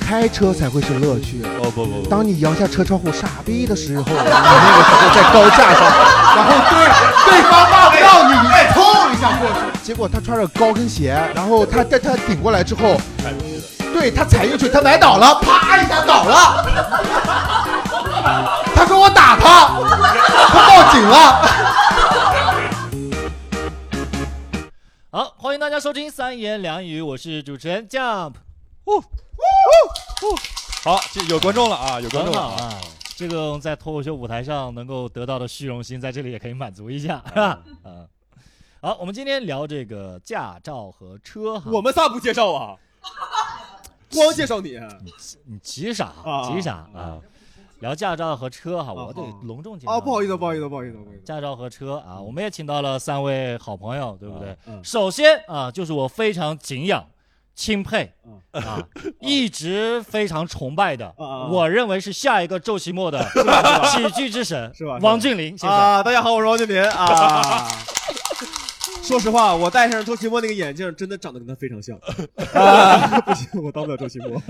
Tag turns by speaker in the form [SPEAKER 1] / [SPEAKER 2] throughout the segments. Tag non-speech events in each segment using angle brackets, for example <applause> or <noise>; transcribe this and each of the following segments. [SPEAKER 1] 开车才会是乐趣。
[SPEAKER 2] 哦不不不，
[SPEAKER 1] 当你摇下车窗户傻逼的
[SPEAKER 2] <laughs>
[SPEAKER 1] 时候，你那个时候在高架上，然后对对方骂不到你，你再冲一下过去。结果他穿着高跟鞋，然后他他他顶过来之后，
[SPEAKER 2] 太不是了。
[SPEAKER 1] 对他踩进去，他崴倒了，啪一下倒了。他说我打他，他报警
[SPEAKER 2] 哦
[SPEAKER 1] 了。
[SPEAKER 3] 好，欢迎大家收听三言两语，我是主持人 Jump，
[SPEAKER 2] 好，这有观众了啊，有观
[SPEAKER 3] 很
[SPEAKER 2] 众了
[SPEAKER 3] 好
[SPEAKER 2] 啊。
[SPEAKER 3] 啊。这个在脱口秀舞台上能够得到的虚荣心，在这里也可以满足一下，是 <laughs> 吧？嗯。好，我们今天聊这个驾照和车哈。
[SPEAKER 4] 我们仨不介绍啊，光介绍你。
[SPEAKER 3] 你急啥
[SPEAKER 4] 啊？
[SPEAKER 3] 急啥啊？聊驾照和车哈，我得
[SPEAKER 4] 好
[SPEAKER 3] 隆重介绍。
[SPEAKER 4] 哦，不好意思，不好意思，不好意思，不好意思。
[SPEAKER 3] 驾照和车啊，我们也请到了三位好朋友，对不对？
[SPEAKER 4] 嗯
[SPEAKER 3] 首先啊，就是我非常敬仰、钦佩、
[SPEAKER 4] 嗯 <laughs>
[SPEAKER 3] 啊，一直非常崇拜的，
[SPEAKER 4] 啊啊啊
[SPEAKER 3] 我认为是下一个周奇
[SPEAKER 4] <laughs>
[SPEAKER 3] 墨的喜剧之神，
[SPEAKER 4] 是吧是吧
[SPEAKER 3] 王俊霖先生。
[SPEAKER 4] 啊，大家好，我是王俊林啊。 <laughs> 说实话，我戴上周奇墨那个眼镜，真的长得跟他非常像。啊，不行，我当不了周奇墨。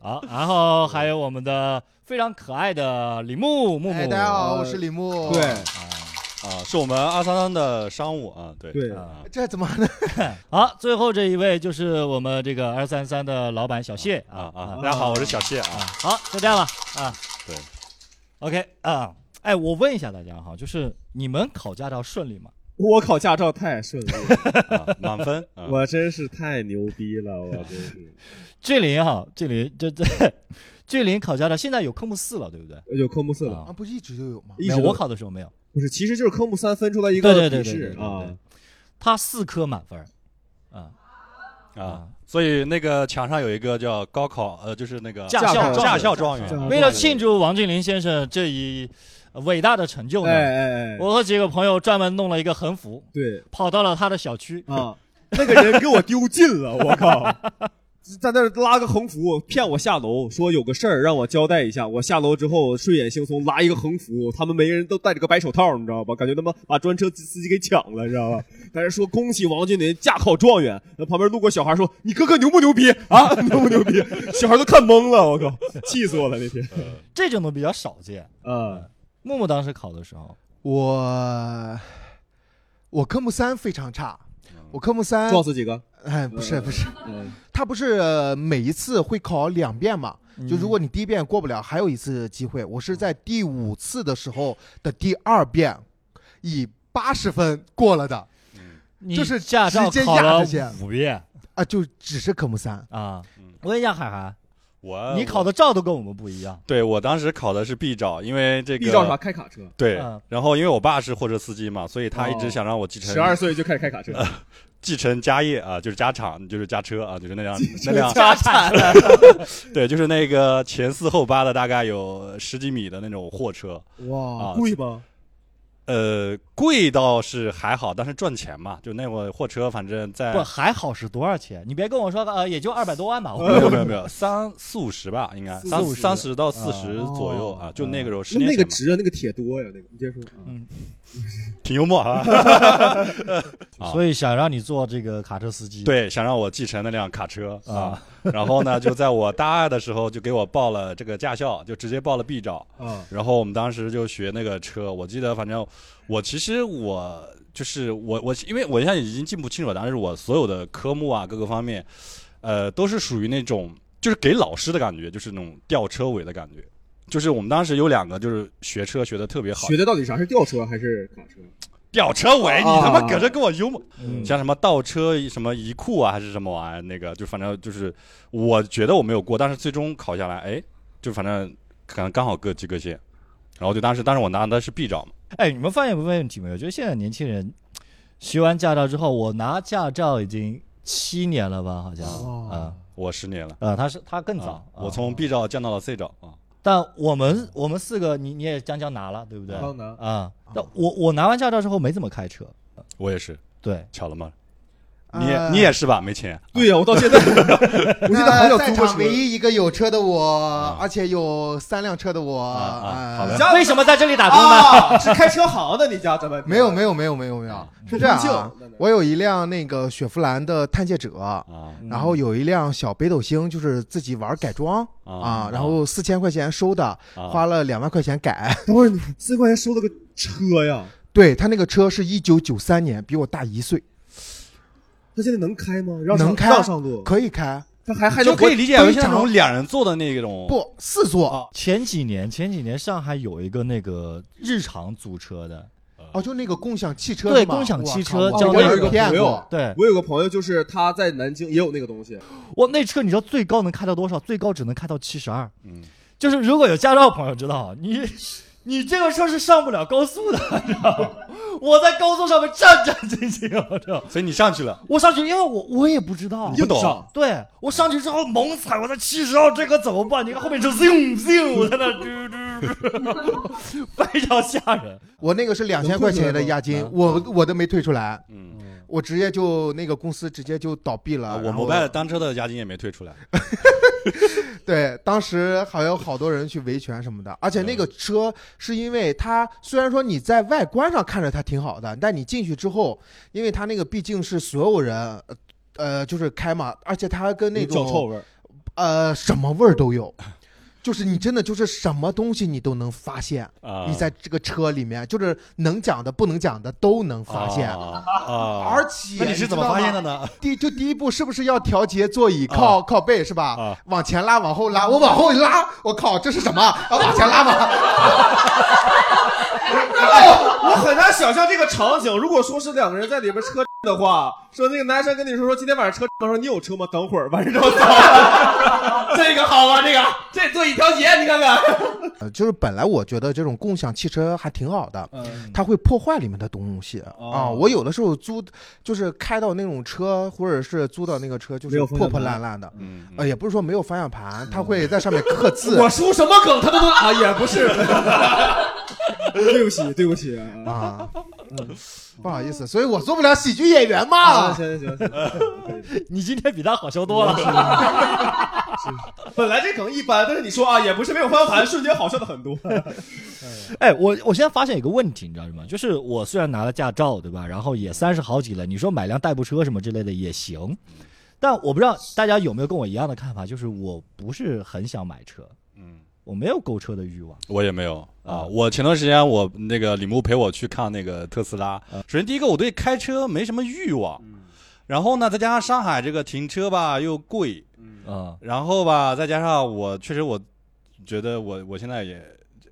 [SPEAKER 3] 好，然后还有我们的非常可爱的李牧木木，
[SPEAKER 1] 哎，大家好，我是李牧。
[SPEAKER 4] 对，
[SPEAKER 2] 啊，是我们阿桑桑的商务啊，对
[SPEAKER 4] 对
[SPEAKER 2] 啊，
[SPEAKER 1] 这怎么呢？
[SPEAKER 3] 好，最后这一位就是我们这个二三三的老板小谢
[SPEAKER 2] 啊
[SPEAKER 3] 啊
[SPEAKER 2] 啊，大家好，我是小谢
[SPEAKER 3] 啊
[SPEAKER 2] 啊，，
[SPEAKER 3] 好，就这样吧啊。
[SPEAKER 2] 对
[SPEAKER 3] ，OK 啊，哎，我问一下大家哈，就是你们考驾照顺利吗？
[SPEAKER 4] 我考驾照太顺利
[SPEAKER 3] <laughs>
[SPEAKER 4] 了，
[SPEAKER 2] 啊满分啊，
[SPEAKER 4] 我真是太牛逼了，我真是。
[SPEAKER 3] 俊林哈，俊林这这，俊林考驾照现在有科目四了，对不对？
[SPEAKER 4] 有科目四了，
[SPEAKER 3] 啊
[SPEAKER 1] 啊，，不是一直就有吗？
[SPEAKER 4] 一
[SPEAKER 3] 没
[SPEAKER 4] 直
[SPEAKER 3] 有
[SPEAKER 4] 都
[SPEAKER 3] 我考的时候没有，
[SPEAKER 4] 不是，其实就是科目三分出来一
[SPEAKER 3] 对对
[SPEAKER 4] 个
[SPEAKER 3] 对
[SPEAKER 4] 笔
[SPEAKER 3] 对对
[SPEAKER 4] 试
[SPEAKER 3] 对
[SPEAKER 4] 啊
[SPEAKER 3] 对。他四科满分儿，啊，
[SPEAKER 2] 啊，所以那个墙上有一个叫高考，呃，就是那个
[SPEAKER 3] 驾
[SPEAKER 4] 校
[SPEAKER 2] 校驾
[SPEAKER 3] 驾
[SPEAKER 2] 校
[SPEAKER 3] 校
[SPEAKER 2] 状
[SPEAKER 4] 驾校
[SPEAKER 2] 元，
[SPEAKER 3] 为了庆祝王俊林先生这一呃伟大的成就
[SPEAKER 4] 哎
[SPEAKER 3] 呢，
[SPEAKER 4] 哎哎，
[SPEAKER 3] 我和几个朋友专门弄了一个横幅，
[SPEAKER 4] 对
[SPEAKER 3] 跑到了他的小区，
[SPEAKER 4] 啊，那个人给我丢尽了，我靠！ <laughs> 在那儿拉个横幅骗我下楼，说有个事儿让我交代一下。我下楼之后睡眼惺忪拉一个横幅，他们每个人都戴着个白手套，你知道吧？感觉他妈把专车司机给抢了，你知道吧？但是说恭喜王俊林驾考状元，啊那旁边路过小孩说：“你哥哥牛不牛逼啊？牛不牛逼？”小孩都看懵了，我靠，气死我了那天。
[SPEAKER 3] 这种都比较少见。
[SPEAKER 4] 啊，
[SPEAKER 3] 木木当时考的时候，
[SPEAKER 1] 我我科目三非常差，我科目三
[SPEAKER 4] 撞死几个？
[SPEAKER 1] 哎不是不是，
[SPEAKER 2] 呃
[SPEAKER 4] 嗯，
[SPEAKER 1] 他不是呃每一次会考两遍嘛？
[SPEAKER 2] 嗯
[SPEAKER 1] 就如果你第一遍过不了，还有一次机会。我是在第五次的时候的第二遍，以八十分过了的
[SPEAKER 3] 你
[SPEAKER 1] 就是
[SPEAKER 3] 驾照
[SPEAKER 1] 直接
[SPEAKER 3] 考
[SPEAKER 1] 压
[SPEAKER 3] 了
[SPEAKER 1] 着写
[SPEAKER 3] 五遍
[SPEAKER 1] 啊，就只是科目三。
[SPEAKER 3] 啊
[SPEAKER 2] 嗯！哎
[SPEAKER 3] 我问一下海涵，
[SPEAKER 2] 我
[SPEAKER 3] 你考的照都跟我们不一样，
[SPEAKER 2] 对我当时考的是 B 照，因为这个
[SPEAKER 4] 必照啥？开卡车，
[SPEAKER 2] 对
[SPEAKER 3] 嗯，
[SPEAKER 2] 然后因为我爸是货车司机嘛，所以他一直
[SPEAKER 4] 哦
[SPEAKER 2] 想让我继承
[SPEAKER 4] 十二岁就开始开卡
[SPEAKER 2] <laughs>
[SPEAKER 4] 车，
[SPEAKER 2] 继承家业啊，就是家产，就是家车啊，就是那辆那辆
[SPEAKER 4] 家产
[SPEAKER 2] 对，就是那个前四后八的，大概有十几米的那种货车。
[SPEAKER 4] 哇
[SPEAKER 2] 啊，
[SPEAKER 4] 贵吗？
[SPEAKER 2] 呃，贵倒是还好，但是赚钱嘛，就那会儿货车，反正在
[SPEAKER 3] 不还好是多少钱？你别跟我说呃，也就二百多万吧。我
[SPEAKER 2] 没有没有没有三四五十吧，应该
[SPEAKER 4] 四
[SPEAKER 2] 三
[SPEAKER 3] 五十
[SPEAKER 2] 三十到四十左右
[SPEAKER 3] 哦
[SPEAKER 2] 啊，就那个时候十
[SPEAKER 4] 那
[SPEAKER 2] 年
[SPEAKER 4] 那个
[SPEAKER 2] 前嘛，
[SPEAKER 4] 值啊，那个铁多呀，那个你接着说。
[SPEAKER 3] 嗯
[SPEAKER 2] 挺幽默啊。啊
[SPEAKER 3] 所以想让你做这个卡车司机，，
[SPEAKER 2] 对，想让我继承那辆卡车啊，然后呢，就在我大二的时候就给我报了这个驾校，就直接报了 B 照。
[SPEAKER 4] 啊
[SPEAKER 2] 然后我们当时就学那个车，我记得反正我其实我就是我我因为我现在已经记不清楚了，但是我所有的科目啊各个方面，呃，都是属于那种就是给老师的感觉，就是那种吊车尾的感觉。就是我们当时有两个就是学车学的特别好
[SPEAKER 4] 学，的到底啥是吊车还是卡车？
[SPEAKER 2] 吊车尾，你他妈
[SPEAKER 4] 啊
[SPEAKER 2] 搁这跟我幽默，
[SPEAKER 3] 嗯
[SPEAKER 2] 像什么倒车什么移库啊还是什么玩意儿，那个就反正就是我觉得我没有过，但是最终考下来，哎，就反正可能刚好各及格线，然后就当时当时我拿的是 B 照嘛。
[SPEAKER 3] 哎，你们发现没问题没有？就是现在年轻人学完驾照之后，我拿驾照已经七年了吧，好像啊
[SPEAKER 1] 哦
[SPEAKER 2] 我十年了，
[SPEAKER 3] 啊，呃他是他更早，
[SPEAKER 2] 啊
[SPEAKER 3] 啊
[SPEAKER 2] 我从 B 照降到了 C 照啊，
[SPEAKER 3] 但我们我们四个，你你也将将拿了，对不对？
[SPEAKER 4] 刚拿
[SPEAKER 3] 啊，但我我拿完驾照之后没怎么开车，
[SPEAKER 2] 我也是
[SPEAKER 3] 对，
[SPEAKER 2] 巧了吗？你也
[SPEAKER 1] 呃
[SPEAKER 2] 你也是吧？没钱，
[SPEAKER 4] 对呀、我到现
[SPEAKER 1] <laughs>
[SPEAKER 4] 在，我现在好
[SPEAKER 1] 那在
[SPEAKER 4] 想租
[SPEAKER 1] 场
[SPEAKER 4] 个车。
[SPEAKER 1] 唯一一个有车的我，而且有三辆车的我，
[SPEAKER 2] 啊啊
[SPEAKER 1] 呃
[SPEAKER 2] 好的
[SPEAKER 4] 家
[SPEAKER 3] 为什么在这里打工呢？
[SPEAKER 4] 啊，是开车行的，你家咱们
[SPEAKER 1] 没有没有没有没有没有，是这样啊
[SPEAKER 4] 重庆，
[SPEAKER 1] 我有一辆那个雪佛兰的探界者，
[SPEAKER 2] 啊
[SPEAKER 3] 嗯
[SPEAKER 1] 然后有一辆小北斗星，就是自己玩改装啊，然后四千块钱收的，
[SPEAKER 2] 啊
[SPEAKER 1] 花了两万块钱改。 <laughs>
[SPEAKER 4] 等会儿你四块钱收了个车呀，
[SPEAKER 1] 对他那个车是一九九三年，比我大一岁，
[SPEAKER 4] 他现在能开吗？让上
[SPEAKER 1] 能开啊
[SPEAKER 4] 让上
[SPEAKER 3] 哦
[SPEAKER 4] 路，
[SPEAKER 1] 可以开
[SPEAKER 4] 他还还
[SPEAKER 2] 就
[SPEAKER 4] 能活
[SPEAKER 2] 可以理解为
[SPEAKER 1] 非
[SPEAKER 2] 像那
[SPEAKER 1] 常
[SPEAKER 2] 种两人座的那种
[SPEAKER 1] 不四座
[SPEAKER 2] 啊
[SPEAKER 3] 前几年，前几年上海有一个那个日常租车的，
[SPEAKER 1] 哦，就那个共享汽车
[SPEAKER 3] 对
[SPEAKER 1] 是吗
[SPEAKER 3] 共享汽车
[SPEAKER 1] 我靠
[SPEAKER 4] 叫
[SPEAKER 1] 我
[SPEAKER 4] 那
[SPEAKER 1] 有一
[SPEAKER 4] 个
[SPEAKER 1] 个骗
[SPEAKER 4] 朋友
[SPEAKER 1] 过，
[SPEAKER 3] 对
[SPEAKER 4] 我有个朋友，就是他在南京也有那个东西，
[SPEAKER 3] 我那车你知道最高能开到多少？最高只能开到七十二。
[SPEAKER 2] 嗯，
[SPEAKER 3] 就是如果有驾照的朋友知道，你你这个车是上不了高速的，你知道吗？我在高速上面战战兢兢，我知道。
[SPEAKER 2] 所以你上去了，
[SPEAKER 3] 我上去，因为我我也不知道，
[SPEAKER 2] 你不懂
[SPEAKER 4] 硬上
[SPEAKER 3] 对我上去之后猛踩，我在七十二，这可怎么办？你看后面车 zoom zoom，我在那嘟嘟嘟，非常吓人。
[SPEAKER 1] 我那个是两千块钱的押金
[SPEAKER 3] 能退，出
[SPEAKER 1] 我我都没退出来，
[SPEAKER 2] 嗯，
[SPEAKER 1] 我直接就那个公司直接就倒闭了。
[SPEAKER 2] 啊我
[SPEAKER 1] 然后
[SPEAKER 2] 摩拜的单车的押金也没退出来，
[SPEAKER 1] 对，当时还有好多人去维权什么
[SPEAKER 2] 嗯
[SPEAKER 1] 的，而且那个车是因为它虽然说你在外观上看着它挺好的，但你进去之后，因为它那个毕竟是所有人，呃呃，就是开嘛，而且它跟那
[SPEAKER 4] 有脚臭
[SPEAKER 1] 种
[SPEAKER 4] 味儿。
[SPEAKER 1] 呃什么味儿都有，就是你真的就是什么东西你都能发现，
[SPEAKER 2] 啊，
[SPEAKER 1] 你在这个车里面就是能讲的不能讲的都能发现，
[SPEAKER 2] 啊啊，
[SPEAKER 1] 而且
[SPEAKER 2] 那你是怎么发现的？啊
[SPEAKER 1] 知道吗
[SPEAKER 2] 呢？
[SPEAKER 1] 第就第一步是不是要调节座椅靠、靠背是吧？
[SPEAKER 2] 啊
[SPEAKER 1] 往前拉，往后拉，我往后一拉，我靠，这是什么？啊，往前拉嘛。
[SPEAKER 4] 我很难想象这个场景。如果说是两个人在里边车 <laughs> 的话，说那个男生跟你说说今天晚上车， <laughs> 我说你有车吗？等会儿完事之后走。
[SPEAKER 1] <laughs>
[SPEAKER 4] 这个好吧，这个这座椅调节，你看看。
[SPEAKER 1] <laughs> 呃就是本来我觉得这种共享汽车还挺好的，
[SPEAKER 4] 嗯，
[SPEAKER 1] 它会破坏里面的东西、
[SPEAKER 4] 哦
[SPEAKER 1] 啊。我有的时候租就是开到那种车，或者是租到那个车，就
[SPEAKER 4] 没
[SPEAKER 1] 是
[SPEAKER 4] 有方向
[SPEAKER 1] 破
[SPEAKER 4] 盘
[SPEAKER 1] 破烂烂的。
[SPEAKER 2] 嗯，
[SPEAKER 1] 呃，也不是说没有方向盘，它会在上面刻字
[SPEAKER 4] <laughs> 我说什么梗他都能 <laughs> 啊，也不是。对不起，对不起啊。
[SPEAKER 1] 啊。不好意思，所以我做不了喜剧演员
[SPEAKER 4] 啊，
[SPEAKER 1] 嘛。
[SPEAKER 4] 行行行，
[SPEAKER 3] 你今天比他好笑多了。 <laughs>
[SPEAKER 4] 本来这梗一般，但是你说啊，也不是没有方向盘，瞬间好笑的很多。
[SPEAKER 3] <laughs> 哎，我我现在发现一个问题，你知道什么？就是我虽然拿了驾照，对吧？然后也三十好几了，你说买辆代步车什么之类的也行，但我不知道大家有没有跟我一样的看法，就是我不是很想买车，
[SPEAKER 2] 嗯，
[SPEAKER 3] 我没有购车的欲望。
[SPEAKER 2] 我也没有啊。
[SPEAKER 3] 啊
[SPEAKER 2] 我前段时间我那个李牧陪我去看那个特斯拉。
[SPEAKER 1] 嗯
[SPEAKER 2] 首先第一个，我对开车没什么欲望。然后呢，再加上上海这个停车吧又贵，
[SPEAKER 4] 嗯
[SPEAKER 3] 啊、
[SPEAKER 2] 然后吧，再加上我确实我觉得我我现在也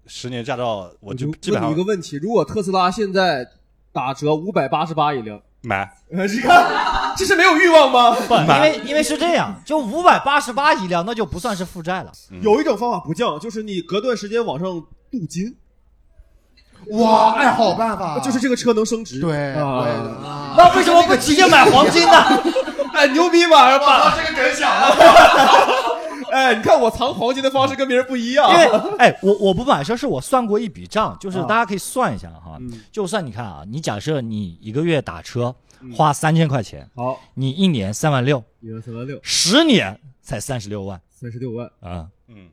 [SPEAKER 2] 十年驾照，我就基本
[SPEAKER 4] 问你一个
[SPEAKER 2] 上
[SPEAKER 4] 问题：如果特斯拉现在打折五百八十八一辆，
[SPEAKER 2] 买
[SPEAKER 4] 呃你看这是没有欲望吗？
[SPEAKER 3] 啊不，因
[SPEAKER 1] 哎
[SPEAKER 3] 为因为是这样，就五百八十八一辆，那就不算是负债了。
[SPEAKER 4] 有一种方法不降，就是你隔段时间往上镀金，
[SPEAKER 1] 哇，哎，好办法，
[SPEAKER 4] 就是这个车能升值。
[SPEAKER 1] 对，
[SPEAKER 4] 啊
[SPEAKER 1] 我也啊。
[SPEAKER 3] 那为什么不直接买黄金呢？
[SPEAKER 4] 哎，牛逼吧？把这个梗想了。 <laughs> 哎，你看我藏黄金的方式跟别人不一
[SPEAKER 3] <laughs>
[SPEAKER 4] 样
[SPEAKER 3] 因。为哎，我我不买车是我算过一笔账，就是大家可以算一下哈，
[SPEAKER 4] 嗯
[SPEAKER 3] 就算你看啊，你假设你一个月打车花三千块钱，
[SPEAKER 4] 好，
[SPEAKER 3] 你一年三万六，
[SPEAKER 4] 一万三万六，
[SPEAKER 3] 十年才三十六万
[SPEAKER 4] 三十六万
[SPEAKER 3] 啊、
[SPEAKER 2] 嗯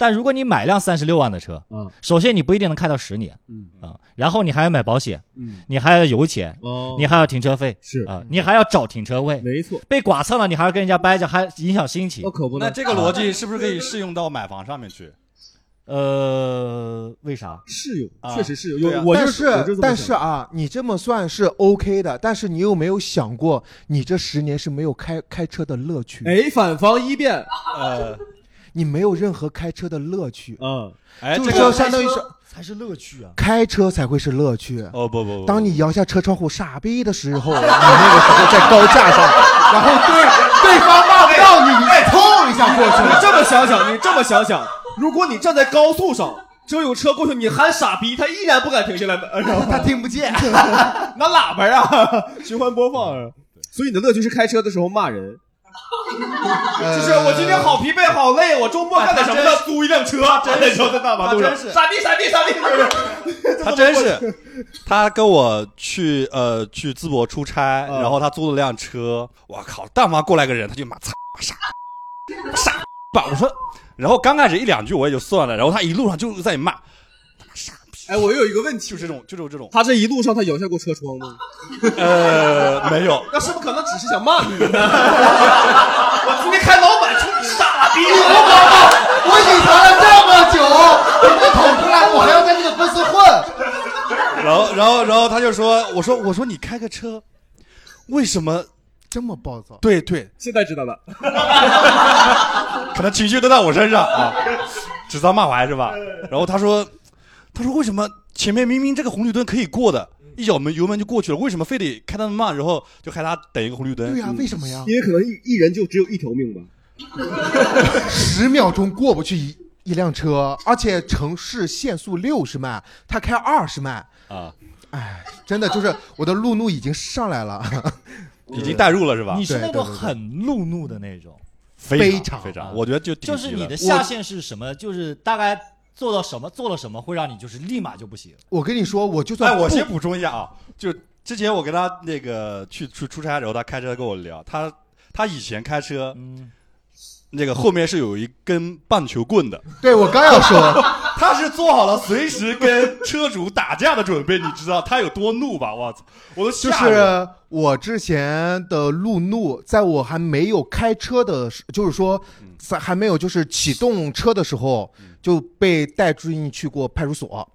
[SPEAKER 3] 但如果你买辆三十六万的车，
[SPEAKER 4] 啊，
[SPEAKER 3] 首先你不一定能开到十年
[SPEAKER 4] 嗯
[SPEAKER 3] 啊、然后你还要买保险，
[SPEAKER 4] 嗯，
[SPEAKER 3] 你还要油钱，
[SPEAKER 4] 哦，
[SPEAKER 3] 你还要停车费
[SPEAKER 4] 是
[SPEAKER 3] 啊、你还要找停车位，
[SPEAKER 4] 没哦错，
[SPEAKER 3] 被剐蹭了你还要跟人家掰着，还影响心情
[SPEAKER 4] 那。可不
[SPEAKER 2] 那
[SPEAKER 1] 啊
[SPEAKER 4] 呢。
[SPEAKER 2] 这个逻辑是不是可以适用到买房上面去？
[SPEAKER 3] 呃，为啥？
[SPEAKER 4] 是有，
[SPEAKER 2] 啊
[SPEAKER 4] 确实是有。
[SPEAKER 2] 对
[SPEAKER 4] 有
[SPEAKER 2] 啊
[SPEAKER 4] 我就
[SPEAKER 1] 但
[SPEAKER 4] 我就这么
[SPEAKER 1] 但是
[SPEAKER 4] 想
[SPEAKER 1] 啊，你这么算是 OK 的，但是你有没有想过，你这十年是没有开开车的乐趣，
[SPEAKER 4] 哎，反方一辩，
[SPEAKER 2] 呃，
[SPEAKER 1] 你没有任何开车的乐趣，
[SPEAKER 4] 嗯，
[SPEAKER 2] 哎，
[SPEAKER 1] 就
[SPEAKER 2] 这
[SPEAKER 1] 是
[SPEAKER 2] 个
[SPEAKER 1] 说相当于是
[SPEAKER 3] 才是乐趣啊！
[SPEAKER 1] 开车才会是乐趣。
[SPEAKER 2] 哦不不不，
[SPEAKER 1] 当你摇下车窗户傻逼的时 <laughs> 候，你那个时候在高架上，然后对对方
[SPEAKER 2] 啊
[SPEAKER 1] 骂不到哎你，你蹭一下过去
[SPEAKER 4] 哎你
[SPEAKER 1] 了。
[SPEAKER 4] 这么想想，你这么想想，如果你站在高速上，这有车过去，你喊傻逼，他依然不敢停下来，呃然后
[SPEAKER 1] 他听不
[SPEAKER 4] <laughs>
[SPEAKER 1] 见，
[SPEAKER 4] 拿喇叭啊，循环播放啊。所以你的乐趣是开车的时候骂人，
[SPEAKER 1] 呃
[SPEAKER 4] 就是我今天好疲惫，好累，我周末
[SPEAKER 1] 啊
[SPEAKER 4] 干点什么呢？租一辆车，真的就在大马路上，
[SPEAKER 2] 他真是
[SPEAKER 4] 傻逼，傻逼，傻逼，不是，
[SPEAKER 2] 他真是，他跟我去呃去淄博出差，
[SPEAKER 4] 嗯
[SPEAKER 2] 然后他租了辆车，我靠，但凡过来个人，他就骂操傻傻吧，我说，然后刚开始一两句我也就算了，然后他一路上就在骂，
[SPEAKER 4] 哎，我有一个问题，
[SPEAKER 2] 就这种就是
[SPEAKER 4] <laughs>
[SPEAKER 2] 这种，
[SPEAKER 4] 他这一路上他摇下过车窗吗？
[SPEAKER 2] 呃，没有，
[SPEAKER 4] <laughs> 那是不是可能只是想骂你呢？ <laughs> 我今天看老板说你傻逼，
[SPEAKER 1] 我隐藏了这么久，你不捅出来，我还要在这个公司混。
[SPEAKER 2] 然后然后然后他就说，我说我说你开个车，为什么？
[SPEAKER 1] 这么暴躁，
[SPEAKER 2] 对对，
[SPEAKER 4] <laughs> 现在知道了，
[SPEAKER 2] 可能情绪都在我身上啊，指桑骂槐是吧？然后他说，他说为什么前面明明这个红绿灯可以过的，一脚门油门就过去了，为什么非得开那么慢，然后就害他等一个红绿灯？
[SPEAKER 1] 对呀、为什么呀？
[SPEAKER 4] 因为可能一一人就只有一条命吧。
[SPEAKER 1] 十秒钟过不去一一辆车，而且城市限速六十迈，他开二十迈，
[SPEAKER 2] 啊，
[SPEAKER 1] 哎，真的就是我的路怒已经上来了。 <laughs>
[SPEAKER 2] 已经代入了是吧
[SPEAKER 3] 你？是
[SPEAKER 1] 对
[SPEAKER 3] 那
[SPEAKER 1] 对
[SPEAKER 3] 种
[SPEAKER 1] 对对
[SPEAKER 3] 很路怒的那种，
[SPEAKER 2] 非
[SPEAKER 1] 非常
[SPEAKER 2] 非常，
[SPEAKER 3] 啊
[SPEAKER 2] 我觉得就挺
[SPEAKER 3] 就是
[SPEAKER 2] 急
[SPEAKER 3] 你
[SPEAKER 2] 了
[SPEAKER 3] 的下限是什么？就是大概做到什么，做了什么会让你就是立马就不行。
[SPEAKER 1] 我跟你说，我就算
[SPEAKER 2] 哎，我
[SPEAKER 1] 不
[SPEAKER 2] 先补充一下啊，就之前我跟他那个去去出差的时候，他开车跟我聊，他他以前开车
[SPEAKER 3] 嗯，
[SPEAKER 2] 那个后面是有一根棒球棍的，
[SPEAKER 1] 对我刚要
[SPEAKER 2] <laughs>
[SPEAKER 1] 说，
[SPEAKER 2] 他是做好了随时跟车主打架的准备，你知道他有多怒吧？我操，我都
[SPEAKER 1] 就
[SPEAKER 2] 吓我了
[SPEAKER 1] 是我之前的路怒，在我还没有开车的时，就是说在还没有就是启动车的时候，就被带进去过派出所，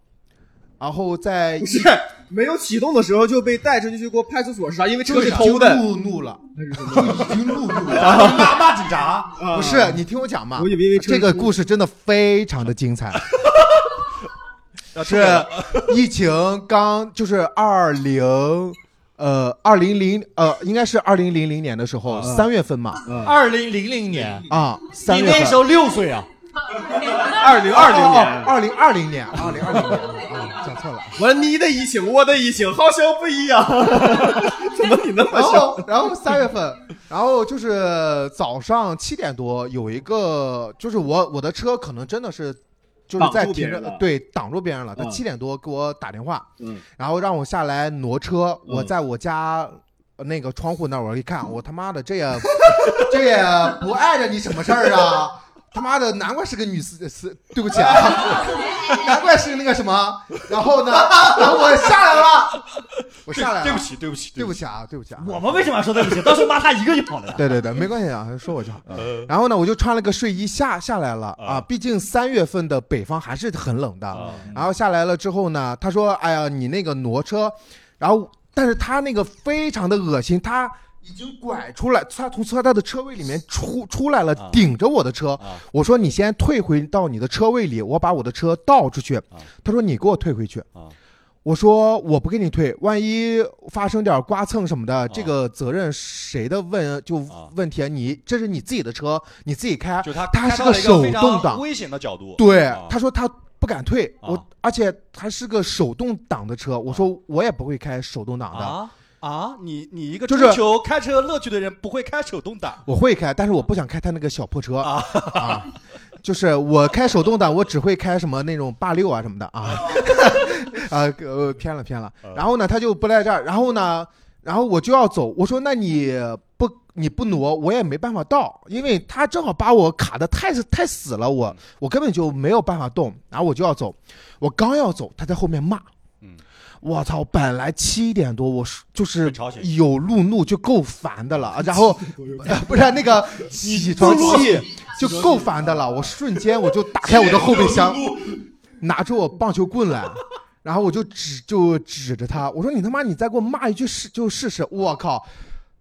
[SPEAKER 1] 然后在
[SPEAKER 4] 不是，没有启动的时候就被带出去过派出所是啥？因为车是
[SPEAKER 1] 已
[SPEAKER 4] 偷
[SPEAKER 1] 经
[SPEAKER 4] 的。
[SPEAKER 1] 路怒
[SPEAKER 2] <laughs>
[SPEAKER 1] 了，就已经路怒了。
[SPEAKER 2] 骂骂警察，
[SPEAKER 4] 啊
[SPEAKER 1] 不是，你听我讲嘛，
[SPEAKER 4] 我以为车
[SPEAKER 1] 这个故事真的非常的精
[SPEAKER 4] <laughs>
[SPEAKER 1] 彩。是疫情刚就是二零呃二零零呃应该是二零零零年的时候
[SPEAKER 4] 啊
[SPEAKER 1] 三月份嘛
[SPEAKER 3] 二零零零年，
[SPEAKER 1] 啊
[SPEAKER 3] 你
[SPEAKER 1] 三月
[SPEAKER 3] 那时
[SPEAKER 1] 份哦
[SPEAKER 3] 候六岁啊，
[SPEAKER 4] 二零二零年，
[SPEAKER 1] 二零二零年二零二零年啊讲错了。
[SPEAKER 4] 完了哦你的疫情，我的疫情，好像不一样。 <laughs> 怎么你 <laughs> 那么
[SPEAKER 1] 然
[SPEAKER 4] 小？
[SPEAKER 1] 后，然后三月份，然后就是早上七点多有一个，就是我我的车可能真的是，就是
[SPEAKER 4] 挡
[SPEAKER 1] 在
[SPEAKER 4] 住别
[SPEAKER 1] 停
[SPEAKER 4] 人了
[SPEAKER 1] 着，对，挡住别人了。他
[SPEAKER 4] 嗯
[SPEAKER 1] 七点多给我打电话，
[SPEAKER 4] 嗯，
[SPEAKER 1] 然后让我下来挪车。我在我家呃那个窗户那儿，我一看，我他妈的这也 <laughs> 这也不碍着你什么事儿啊！他妈的，难怪是个女司司，对不起啊， <laughs> 难怪是那个什么。然后呢，然后我下来了，我下来了，
[SPEAKER 2] 对不，起，对不起，
[SPEAKER 1] 对
[SPEAKER 2] 不
[SPEAKER 1] 不
[SPEAKER 2] 起，
[SPEAKER 1] 起啊，对不起啊，
[SPEAKER 3] 我们为什么要说对不起？当时骂他一个就跑了呀。
[SPEAKER 1] 对对对，没关系啊，说我就好。
[SPEAKER 2] 呃，
[SPEAKER 1] 然后呢，我就穿了个睡衣下下来了
[SPEAKER 2] 啊
[SPEAKER 1] 啊，毕竟三月份的北方还是很冷的。
[SPEAKER 2] 啊
[SPEAKER 1] 然后下来了之后呢，他说：“哎呀，你那个挪车。”然后，但是他那个非常的恶心，他已经拐出来，他从他的车位里面出出来了
[SPEAKER 2] 啊，
[SPEAKER 1] 顶着我的车
[SPEAKER 2] 啊。
[SPEAKER 1] 我说：“你先退回到你的车位里，我把我的车倒出去。”他说：“你给我退回去。
[SPEAKER 2] 啊”
[SPEAKER 1] 我说：“我不给你退，万一发生点刮蹭什么的，这个责任谁的问就
[SPEAKER 2] 啊
[SPEAKER 1] 问题啊？你这是你自己的车，你自己开。”
[SPEAKER 2] 就他
[SPEAKER 1] 他
[SPEAKER 2] 开
[SPEAKER 1] 是
[SPEAKER 2] 到了
[SPEAKER 1] 个
[SPEAKER 2] 一个
[SPEAKER 1] 手
[SPEAKER 2] 非常
[SPEAKER 1] 动挡
[SPEAKER 2] 危险的角度，
[SPEAKER 1] 对
[SPEAKER 2] 啊，
[SPEAKER 1] 他说他不敢退，
[SPEAKER 2] 啊
[SPEAKER 1] 我而且还是个手动挡的车，我说我也不会开手动挡的，
[SPEAKER 2] 啊啊，你你一个
[SPEAKER 1] 就
[SPEAKER 2] 追
[SPEAKER 1] 是
[SPEAKER 2] 求开车乐趣的人，不会开手动挡，
[SPEAKER 1] 我会开，但是我不想开他那个小破车啊。就是我开手动挡，我只会开什么那种八六啊什么的啊，
[SPEAKER 2] <laughs>
[SPEAKER 1] 啊、呃，偏了偏了。
[SPEAKER 2] 嗯
[SPEAKER 1] 然后呢，他就不在这儿，然后呢，然后我就要走，我说那你不你不挪，我也没办法到，因为他正好把我卡的太太死了，
[SPEAKER 2] 嗯
[SPEAKER 1] 我我根本就没有办法动，然后我就要走，我刚要走，他在后面骂，
[SPEAKER 2] 嗯，
[SPEAKER 1] 我操，本来七点多我是就是
[SPEAKER 2] 被吵醒
[SPEAKER 1] 有路怒就够烦的了，然后 <laughs> 不是那个起床气就够烦的了，我瞬间我就打开我的后备箱，拿出我棒球棍来。然后我就指就指着他，我说你他妈你再给我骂一句试就试试，我靠，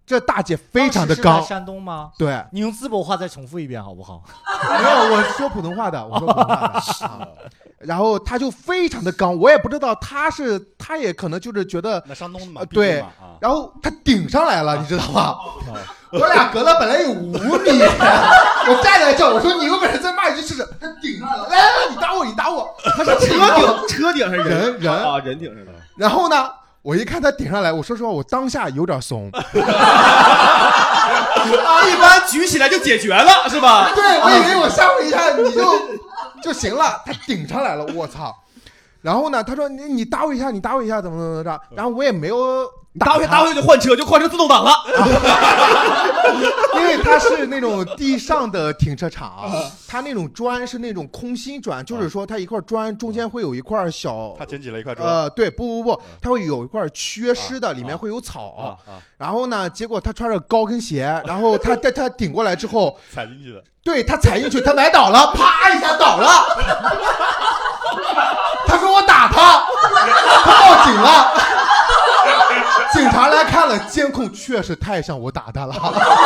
[SPEAKER 1] 这大姐非常的
[SPEAKER 3] 当时
[SPEAKER 1] 刚
[SPEAKER 3] 是在，山东吗？
[SPEAKER 1] 对，
[SPEAKER 3] 你用淄博话再重复一遍好不好？
[SPEAKER 1] 没有我说普通话的，我说普通话
[SPEAKER 3] <laughs>
[SPEAKER 1] 的，啊、然后他就非常的刚，我也不知道他是他也可能就是觉得
[SPEAKER 2] 那山东的嘛，
[SPEAKER 1] 呃
[SPEAKER 2] 毕竟
[SPEAKER 1] 对
[SPEAKER 2] 嘛啊，哦
[SPEAKER 1] 然后他顶上来了，你知道吗？ <laughs> 我俩隔了本来有五米，我站在这，我说你有本事再骂一句试试，他顶上来了，来来来，你打我，你打我，他是
[SPEAKER 4] 车
[SPEAKER 2] <laughs>
[SPEAKER 4] 顶车顶还是
[SPEAKER 1] 人人
[SPEAKER 4] 啊？人 <laughs> 顶上的。
[SPEAKER 1] 然后呢，我一看
[SPEAKER 2] <laughs>
[SPEAKER 1] 他顶上来，我说实话，我当下有点怂。
[SPEAKER 4] 啊一般解决了，是吧？
[SPEAKER 1] 对，我以为我吓唬一下你就就行了，他顶上来了，我操！然后呢，他说你你搭我一下，你搭我一下，怎么怎么怎么着？
[SPEAKER 2] 嗯
[SPEAKER 1] 然后我也没有
[SPEAKER 4] 打回去
[SPEAKER 1] 他
[SPEAKER 4] 打回，去就换车，就换成自动挡了。
[SPEAKER 1] 因为它是那种地上的停车场，
[SPEAKER 2] 嗯
[SPEAKER 1] 它那种砖是那种空心砖，就是说它一块砖中间会有一块小
[SPEAKER 2] 他。捡起了一块砖。嗯
[SPEAKER 1] 呃，对，不不不，它会有一块缺失的，里面会有
[SPEAKER 2] 啊
[SPEAKER 1] 草。
[SPEAKER 2] 啊！
[SPEAKER 1] 然后呢，结果他穿着高跟鞋，然后他他他顶过来之后，
[SPEAKER 2] 踩进去的，
[SPEAKER 1] 对他踩进去，他崴倒了，啪一下倒了。 <laughs> 他说我打他，他报警了。警察来看了，监控确实太像我打他了，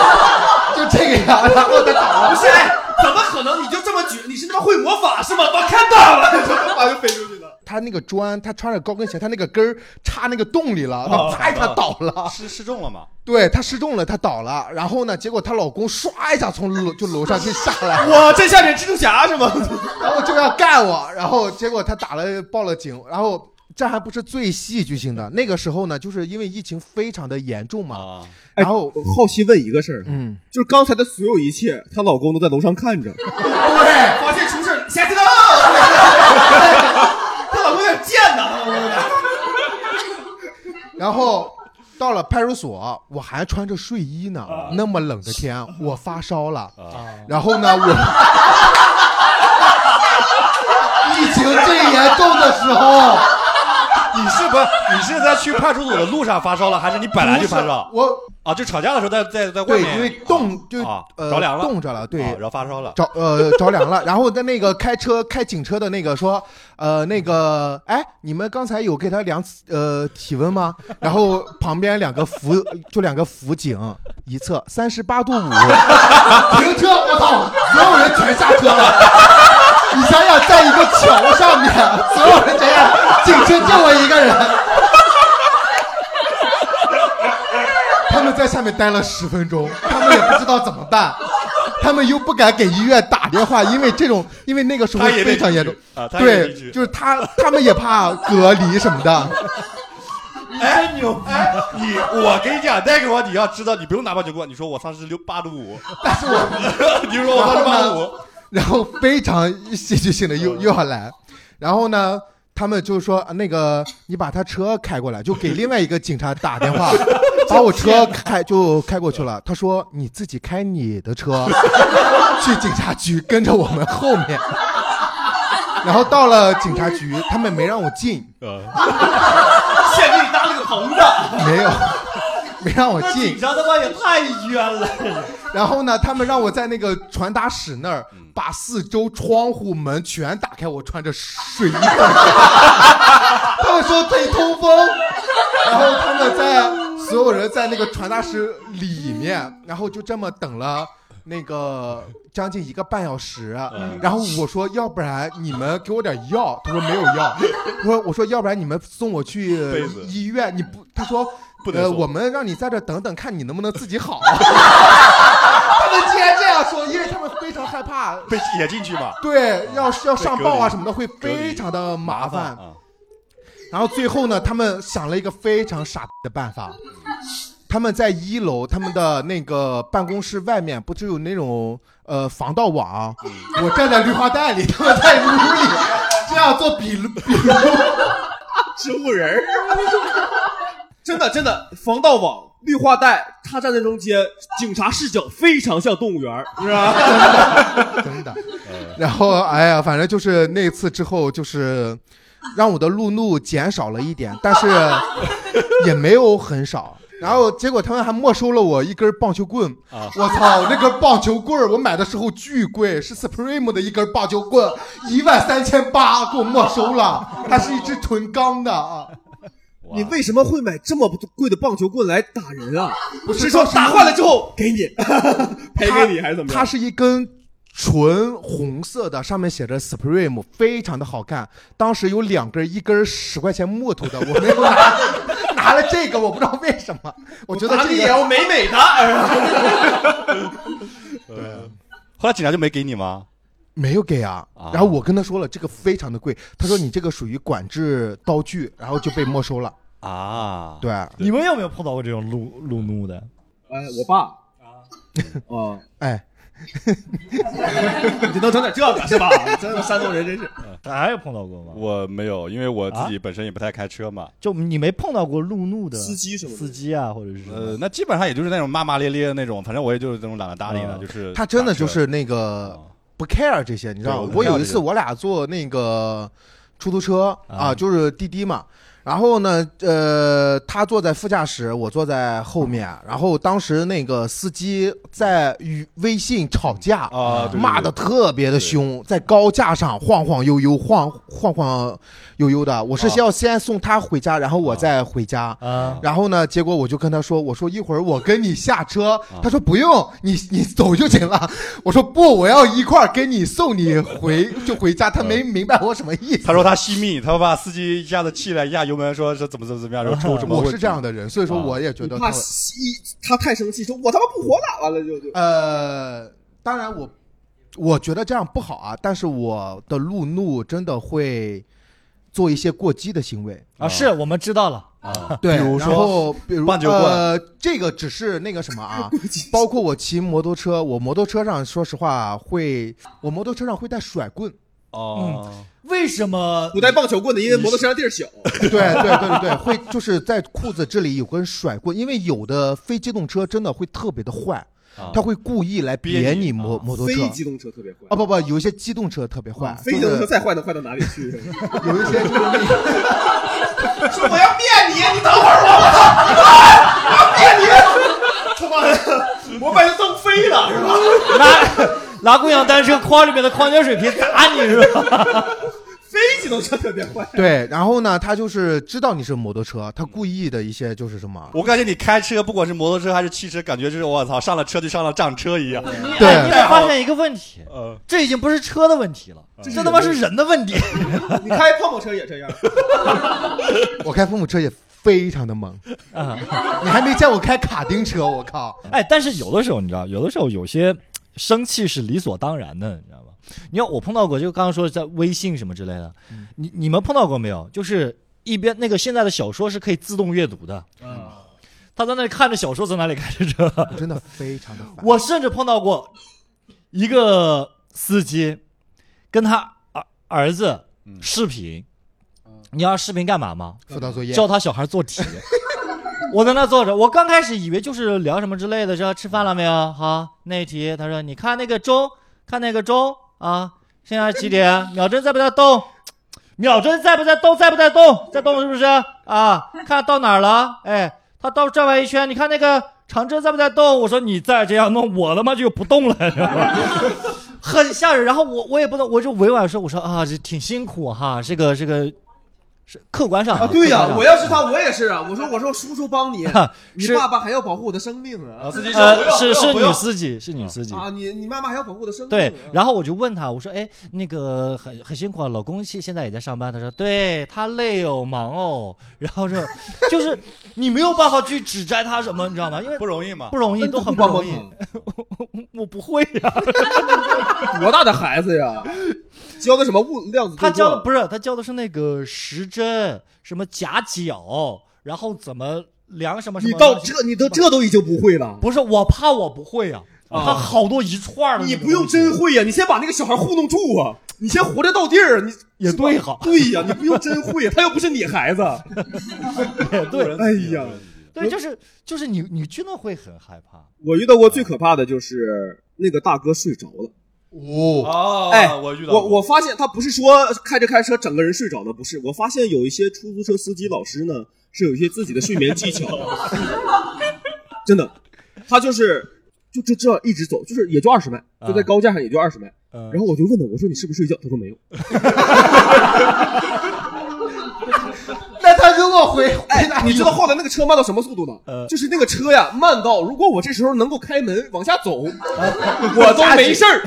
[SPEAKER 1] <laughs> 就这个样，然后他倒了。
[SPEAKER 4] 不是，哎，怎么可能？你就这么举？你是他妈会魔法是吗？我看到 <laughs> 了，他妈就飞出去了。
[SPEAKER 1] 他那个砖，他穿着高跟鞋，他那个跟儿插那个洞里了，
[SPEAKER 4] 哦
[SPEAKER 1] 他啪一下倒了。
[SPEAKER 2] 失失重了嘛？
[SPEAKER 1] 对他失重了，他倒了。然后呢，结果她老公唰一下从楼就楼上就下来，
[SPEAKER 4] <laughs> 哇，这下脸蜘蛛侠是吗？
[SPEAKER 1] 然后就要干我，然后结果他打了报了警，然后这还不是最戏剧性的。那个时候呢，就是因为疫情非常的严重嘛，
[SPEAKER 2] 啊，
[SPEAKER 1] 然后
[SPEAKER 4] 我好奇问一个事儿，
[SPEAKER 1] 嗯，
[SPEAKER 4] 就是刚才的所有一切，她老公都在楼上看着，
[SPEAKER 1] 对，
[SPEAKER 4] 发现出事儿，下次到。 <laughs> 她老公有点贱呐。
[SPEAKER 1] 然后到了派出所，我还穿着睡衣呢，那么冷的天，我发烧了，
[SPEAKER 4] 啊
[SPEAKER 1] 然后呢，我疫情最严重的时候，
[SPEAKER 2] 你是不？你是在去派出所的路上发烧了，还是你本来就发烧？
[SPEAKER 1] 我
[SPEAKER 2] 啊，就吵架的时候在在在外
[SPEAKER 1] 对
[SPEAKER 2] 面，
[SPEAKER 1] 因为冻就
[SPEAKER 2] 啊
[SPEAKER 1] 呃
[SPEAKER 2] 着凉了
[SPEAKER 1] 冻着了，对
[SPEAKER 2] 啊，然后发烧了。
[SPEAKER 1] 着呃着凉了，然后跟那个开车开警车的那个说，呃那个哎，你们刚才有给他量呃体温吗？然后旁边两个辅就两个辅警一测三十八度五，停车！我操，所有人全下车了。你想想，在一个桥上面，所有人这样，警车就我一个人。他们在下面待了十分钟，他们也不知道怎么办，他们又不敢给医院打电话，因为这种，因为那个时候
[SPEAKER 2] 他也得
[SPEAKER 1] 非常严重
[SPEAKER 2] 进去啊他也得
[SPEAKER 1] 对
[SPEAKER 2] 进去，
[SPEAKER 1] 就是他他们也怕隔离什么的。
[SPEAKER 2] 哎，牛逼！你我跟你讲，那个我你要知道，你不用拿棒球棍，你说我三十六八度五， <laughs> 但是我你说我三十八度五，
[SPEAKER 1] 然后非常戏剧性的又又要来，然后呢，他们就说啊那个你把他车开过来，就给另外一个警察打电话，把我车开就开过去了。他说你自己开你的车去警察局，跟着我们后面。然后到了警察局，他们没让我进，
[SPEAKER 2] <laughs> 呃，
[SPEAKER 4] 现给你搭了个棚子，
[SPEAKER 1] 没有，没让我进
[SPEAKER 4] 紧。张他妈也太冤了。
[SPEAKER 1] 然后呢，他们让我在那个传达室那儿
[SPEAKER 2] 嗯
[SPEAKER 1] 把四周窗户门全打开，我穿着睡衣。 <laughs> 他们说可以通风，然后他们在所有人在那个传达室里面，然后就这么等了。那个将近一个半小时，啊
[SPEAKER 2] 嗯
[SPEAKER 1] 然后我说，要不然你们给我点药，他说没有药，我说我说要不然你们送我去
[SPEAKER 2] 杯子
[SPEAKER 1] 医院，你哎不，他说
[SPEAKER 2] 不能
[SPEAKER 1] 呃，
[SPEAKER 2] 送
[SPEAKER 1] 我们让你在这等等，看你能不能自己 <laughs> 好。他们竟然这样说，因为他们非常害怕，
[SPEAKER 2] 被也进去嘛，
[SPEAKER 1] 对，要是要上报
[SPEAKER 2] 隔离
[SPEAKER 1] 啊什么的会非常的麻烦。
[SPEAKER 2] 啊，
[SPEAKER 1] 然后最后呢，他们想了一个非常傻逼的办法，他们在一楼他们的那个办公室外面不是有那种呃防盗网，我站在绿化带里，他们在屋里这样做笔录笔录。
[SPEAKER 4] 植物人儿。 <laughs> 真的真的，防盗网、绿化带，他站在中间，警察视角非常像动物园儿，是吧？
[SPEAKER 1] <laughs> 真的。然后哎呀，反正就是那次之后，就是让我的路怒减少了一点，但是也没有很少。然后结果他们还没收了我一根棒球棍，
[SPEAKER 2] 啊
[SPEAKER 1] 我操！那根棒球棍儿我买的时候巨贵，是 Supreme 的一根棒球棍，一万三千八给我没收了，它是一支纯钢的啊！
[SPEAKER 2] 哇
[SPEAKER 4] 你为什么会买这么贵的棒球棍来打人 <laughs> 啊？
[SPEAKER 1] 不是
[SPEAKER 4] 是说
[SPEAKER 1] 当时
[SPEAKER 4] 打坏了之后给 <laughs> 你赔
[SPEAKER 1] 它
[SPEAKER 4] 给你还是 <laughs> 怎么
[SPEAKER 1] 它
[SPEAKER 4] 样？
[SPEAKER 1] 是一根纯红色的，上面写着 Supreme，非常的好看。当时有两根，一根十块钱木头的，我没有拿，拿了这个，我不知道为什么，我觉得
[SPEAKER 4] 打
[SPEAKER 1] 这
[SPEAKER 4] 你
[SPEAKER 1] 个
[SPEAKER 4] 要美 <laughs> 美的，哎
[SPEAKER 2] 后来警察就没给你吗？
[SPEAKER 1] 没有给啊
[SPEAKER 2] 啊。
[SPEAKER 1] 然后我跟他说了，这个非常的贵，他说你这个属于管制刀具，然后就被没收了。
[SPEAKER 2] 啊，
[SPEAKER 1] 对，
[SPEAKER 3] 你们有没有碰到过这种路路怒的？
[SPEAKER 4] <laughs> 哎，我爸啊，
[SPEAKER 1] 哎，
[SPEAKER 4] 你能整点这个是 <laughs> 吧？真的山东人真是
[SPEAKER 3] 还有碰到过吗？
[SPEAKER 2] 我没有，因为我
[SPEAKER 3] 啊
[SPEAKER 2] 自己本身也不太开车嘛。
[SPEAKER 3] 就你没碰到过路怒的
[SPEAKER 4] 司机什么
[SPEAKER 3] 司
[SPEAKER 4] 的，
[SPEAKER 3] 机啊，或者是什么
[SPEAKER 2] 呃，那基本上也就是那种骂骂咧咧的那种，反正我也就是那种懒得搭理的，
[SPEAKER 3] 嗯
[SPEAKER 2] 就是
[SPEAKER 1] 呃他真的就
[SPEAKER 2] 打车
[SPEAKER 1] 是那个
[SPEAKER 2] 啊
[SPEAKER 1] 不 care 这些，你知道吗
[SPEAKER 2] 对？我
[SPEAKER 1] 我
[SPEAKER 2] 不 care
[SPEAKER 1] 有一次我俩坐那个出租车
[SPEAKER 3] 啊
[SPEAKER 1] 啊，就是滴滴嘛。然后呢，呃，他坐在副驾驶，我坐在后面。
[SPEAKER 2] 嗯
[SPEAKER 1] 然后当时那个司机在与微信吵架，
[SPEAKER 2] 啊，对对对
[SPEAKER 1] 骂的特别的凶，在高架上晃晃悠悠、晃晃晃悠悠的。我是
[SPEAKER 2] 啊
[SPEAKER 1] 先要先送他回家，然后我再回家。
[SPEAKER 3] 啊，
[SPEAKER 1] 然后呢，结果我就跟他说：“我说一会儿我跟你下车。”
[SPEAKER 2] 啊
[SPEAKER 1] 他说：“不用，你你走就行了。” <laughs> 我说：“不，我要一块儿跟你送你回 <laughs> 就回家。”他没明白我什么意思。
[SPEAKER 2] 他说他惜命，他把司机一下子气了，一下油门说是怎么怎么怎么样，然后出什么问
[SPEAKER 1] 嗯我
[SPEAKER 2] 题
[SPEAKER 1] 是这样的人，所以说
[SPEAKER 2] 啊
[SPEAKER 1] 我也觉
[SPEAKER 4] 你
[SPEAKER 1] 得
[SPEAKER 4] 怕
[SPEAKER 1] 他
[SPEAKER 4] 一他太生气，说我他妈不活了，完了就就
[SPEAKER 1] 呃，当然我我觉得这样不好啊，但是我的路怒真的会做一些过激的行为。
[SPEAKER 3] 啊，是我们知道了，
[SPEAKER 2] 啊，
[SPEAKER 1] 对，
[SPEAKER 2] 比如说
[SPEAKER 1] 然后比如
[SPEAKER 2] 半球棍
[SPEAKER 1] 呃，这个只是那个什么
[SPEAKER 4] <laughs>
[SPEAKER 1] 啊，包括我骑摩托车，我摩托车上说实话会，我摩托车上会带甩棍， <laughs>
[SPEAKER 2] 哦，
[SPEAKER 3] 为什么
[SPEAKER 4] 不带棒球棍的，因为摩托车上地儿 <laughs> 小，
[SPEAKER 1] 对对对对对，会就是在裤子这里有根甩棍，因为有的非机动车真的会特别的坏，
[SPEAKER 2] 啊
[SPEAKER 1] 它会故意来
[SPEAKER 2] 憋
[SPEAKER 1] 别
[SPEAKER 2] 你
[SPEAKER 1] 你摩
[SPEAKER 2] 啊
[SPEAKER 1] 摩托车
[SPEAKER 4] 非。机动车特别
[SPEAKER 1] 啊
[SPEAKER 4] 坏，
[SPEAKER 1] 不不，有一些机动车特别坏，
[SPEAKER 4] 非机
[SPEAKER 1] 就
[SPEAKER 4] 动
[SPEAKER 1] 是
[SPEAKER 4] 车再坏能坏到哪里 <laughs> 去？
[SPEAKER 1] 有一些就是那
[SPEAKER 4] <laughs>
[SPEAKER 1] 个
[SPEAKER 4] 说我要灭你，你等会儿我，我要灭你，他妈的，我把人弄飞了是吧？
[SPEAKER 3] <laughs> 拿拿共享单车筐里面的矿泉水瓶打你是吧？
[SPEAKER 4] <laughs> 非机动车特别坏，
[SPEAKER 1] 对，然后呢，他就是知道你是摩托车，他故意的一些就是什么，
[SPEAKER 2] <laughs> 我感觉你开车，不管是摩托车还是汽车，感觉就是我操，上了车就上了战车一样。
[SPEAKER 3] 哎你
[SPEAKER 1] 对
[SPEAKER 3] 得发现一个问题，
[SPEAKER 2] 呃，
[SPEAKER 3] 这已经不是车的问题了，
[SPEAKER 4] 是
[SPEAKER 3] 这他妈是人的问题。
[SPEAKER 4] 你开泡泡车也这 <laughs> 样，
[SPEAKER 1] <laughs> 我开父母车也非常的猛，
[SPEAKER 4] 啊
[SPEAKER 1] 你还没见我开卡丁车，我
[SPEAKER 4] <laughs>
[SPEAKER 1] 靠！
[SPEAKER 3] <laughs> 哎，但是有的时候你知道，有的时候有些生气是理所当然的，你知道吗？你看我碰到过，就刚刚说在微信什么之类的，你你们碰到过没有？就是一边那个现在的小说是可以自动阅读的，
[SPEAKER 4] 嗯
[SPEAKER 3] 他在那里看着小说，从哪里开着车？
[SPEAKER 1] 真的非常的烦。
[SPEAKER 3] 我甚至碰到过一个司机跟他儿儿子视频，你要视频干嘛吗？
[SPEAKER 1] 辅导作业，
[SPEAKER 3] 教他小孩做题。 <laughs> 我在那坐着，我刚开始以为就是聊什么之类的，说吃饭了没有？好，那一题，他说你看那个钟，看那个钟啊，现在几点？秒针在不在动？秒针在不在动？在不在动？在动是不是？啊，看到哪儿了？哎，他到转完一圈，你看那个长针在不在动？我说你再这样弄，我他妈就不动了，你知道吗？ <laughs> 很吓人。然后我我也不能，我就委婉说，我说啊，这挺辛苦哈，这个这个是客观上
[SPEAKER 4] 啊，对呀、
[SPEAKER 3] 客观上
[SPEAKER 4] 我要是他，我也是啊。我说，我说，叔叔帮你，你
[SPEAKER 3] 啊是
[SPEAKER 4] 爸爸还要保护我的生命啊！
[SPEAKER 2] 司机
[SPEAKER 3] 呃，是是
[SPEAKER 2] 不
[SPEAKER 3] 女
[SPEAKER 2] 用
[SPEAKER 3] 司机，是女司机。
[SPEAKER 4] 啊，你你妈妈还要保护我的生命、啊。
[SPEAKER 3] 对，然后我就问她，我说，哎，那个很很辛苦啊，老公现现在也在上班。她说，对他累哦，忙哦。 <laughs> 然后说，就是你没有办法去指摘他什么，你知道吗？因为
[SPEAKER 2] 不容易嘛
[SPEAKER 3] 不。容易，都很不 <laughs> 容易。
[SPEAKER 4] 嗯
[SPEAKER 3] 我不会啊呀、
[SPEAKER 4] 多大的孩子呀？教的什么物量子对
[SPEAKER 3] 他
[SPEAKER 4] 撞？
[SPEAKER 3] 教的不是，他教的是那个时针，什么夹角，然后怎么量什么什么
[SPEAKER 4] 你
[SPEAKER 3] 东西。
[SPEAKER 4] 到这，你都这都已经不会了，
[SPEAKER 3] 不是，我怕我不会呀、
[SPEAKER 4] 啊
[SPEAKER 3] 他好多一串儿的那
[SPEAKER 4] 你
[SPEAKER 3] 个
[SPEAKER 4] 不用
[SPEAKER 3] 东西
[SPEAKER 4] 真会呀、你先把那个小孩糊弄住啊！你先活着到地儿，你
[SPEAKER 3] 也对哈
[SPEAKER 4] 对呀、你不用真会、他又不是你孩子。 <laughs>
[SPEAKER 3] 对
[SPEAKER 4] 哎呀，
[SPEAKER 3] 对，就是就是你你真的会很害怕。
[SPEAKER 4] 我遇到过最可怕的就是那个大哥睡着了。
[SPEAKER 1] 哦，
[SPEAKER 2] 哦，
[SPEAKER 4] 哎
[SPEAKER 2] 我遇到
[SPEAKER 4] 我
[SPEAKER 2] 过
[SPEAKER 4] 我发现他不是说开着开车整个人睡着的，不是。我发现有一些出租车司机老师呢，是有一些自己的睡眠技巧的，真的。他就是就这这一直走，就是也就二十迈，就在高架上也就二十迈。
[SPEAKER 3] 嗯
[SPEAKER 4] 然后我就问他，我说你是不是睡觉？他说没有。
[SPEAKER 1] <laughs> 那他如果回回答
[SPEAKER 4] 哎你知道后来那个车慢到什么速度吗？
[SPEAKER 3] 呃
[SPEAKER 4] 就是那个车呀，慢到如果我这时候能够开门往下走，嗯 <laughs> 我都没事儿。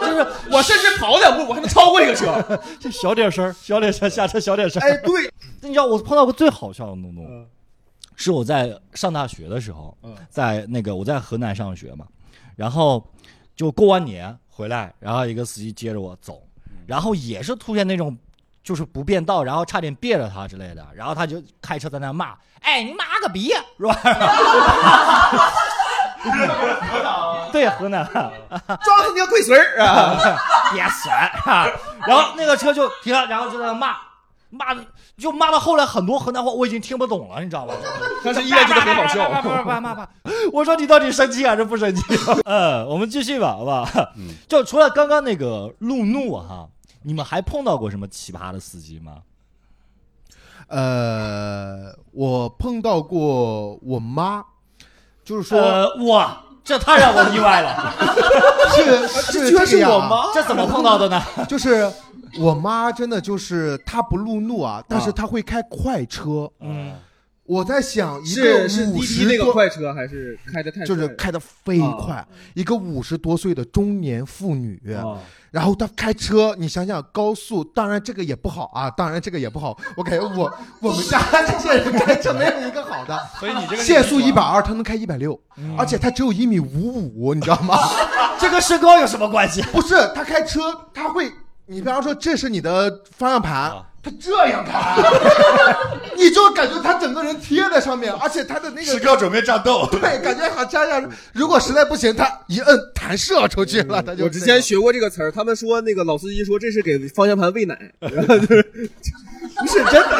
[SPEAKER 3] 就是
[SPEAKER 4] 我甚至跑两步，我还能超过这
[SPEAKER 1] <laughs>
[SPEAKER 4] 个车。
[SPEAKER 3] 这小点声儿，小点声儿，下车小点声儿。
[SPEAKER 4] 哎，对，
[SPEAKER 3] 你知道我碰到过最好笑的东东，是我在上大学的时候，在那个我在河南上学嘛，然后就过完年回来，然后一个司机接着我走，然后也是出现那种。就是不变道，然后差点别着他之类的，然后他就开车在那骂：“哎，你妈个逼，是吧？”对，河南，
[SPEAKER 4] 抓住你个龟孙儿啊！
[SPEAKER 3] <laughs> 别损啊！然后那个车就停了，然后就在那骂，骂的就骂到后来很多河南话我已经听不懂了，你知道吧？
[SPEAKER 4] 但是依然觉得很好
[SPEAKER 3] 骂
[SPEAKER 4] 笑。
[SPEAKER 3] 骂骂骂 <laughs> 骂！我说你到底生气还是不生气？ <laughs> 呃，我们继续吧，好不好？
[SPEAKER 4] 嗯
[SPEAKER 3] <laughs> 就除了刚刚那个路怒啊哈，你们还碰到过什么奇葩的司机吗？
[SPEAKER 1] 呃，我碰到过我妈，就是说、
[SPEAKER 3] 呃，哇，这太让我意外了，
[SPEAKER 1] 是
[SPEAKER 4] 这
[SPEAKER 1] 是
[SPEAKER 4] 居然
[SPEAKER 1] 这
[SPEAKER 4] 是
[SPEAKER 1] 样啊
[SPEAKER 4] 我妈，
[SPEAKER 3] 这怎么碰到的呢？
[SPEAKER 1] 就是我妈真的就是她不路怒啊，但是她会开快车。
[SPEAKER 3] 嗯，
[SPEAKER 1] 我在想一个
[SPEAKER 4] 是是滴
[SPEAKER 1] 五
[SPEAKER 4] 滴
[SPEAKER 1] 十
[SPEAKER 4] 那个
[SPEAKER 1] 多，
[SPEAKER 4] 快车，还是开的太快
[SPEAKER 1] 就是开的飞快，一个五十多岁的中年妇女，
[SPEAKER 4] 啊
[SPEAKER 1] 然后她开车，你想想高速，当然这个也不好啊，当然这个也不好。我感觉我我们家这些人开车没有一个好的，
[SPEAKER 2] 所以你这个
[SPEAKER 1] 限速一百二，她能开一百六，
[SPEAKER 2] 嗯
[SPEAKER 1] 而且她只有一米五五，你知道
[SPEAKER 2] <laughs>
[SPEAKER 1] 吗？
[SPEAKER 3] <laughs> 这跟身高有什么关系？
[SPEAKER 1] 不是，他开车他会，你比方说这是你的方向盘，
[SPEAKER 2] 啊
[SPEAKER 1] 他这样开，你就感觉他整个人贴在上面，而且他的那
[SPEAKER 2] 时
[SPEAKER 1] 个。
[SPEAKER 2] 刻准备战斗。 <laughs>
[SPEAKER 1] 对，感觉好像样。如果实在不行，他一摁弹射出去
[SPEAKER 2] 嗯
[SPEAKER 1] 了，他就
[SPEAKER 4] 我之前学过这个词儿，他们说那个老司机说这是给方向盘喂奶，然后就是 <laughs> 不是真的，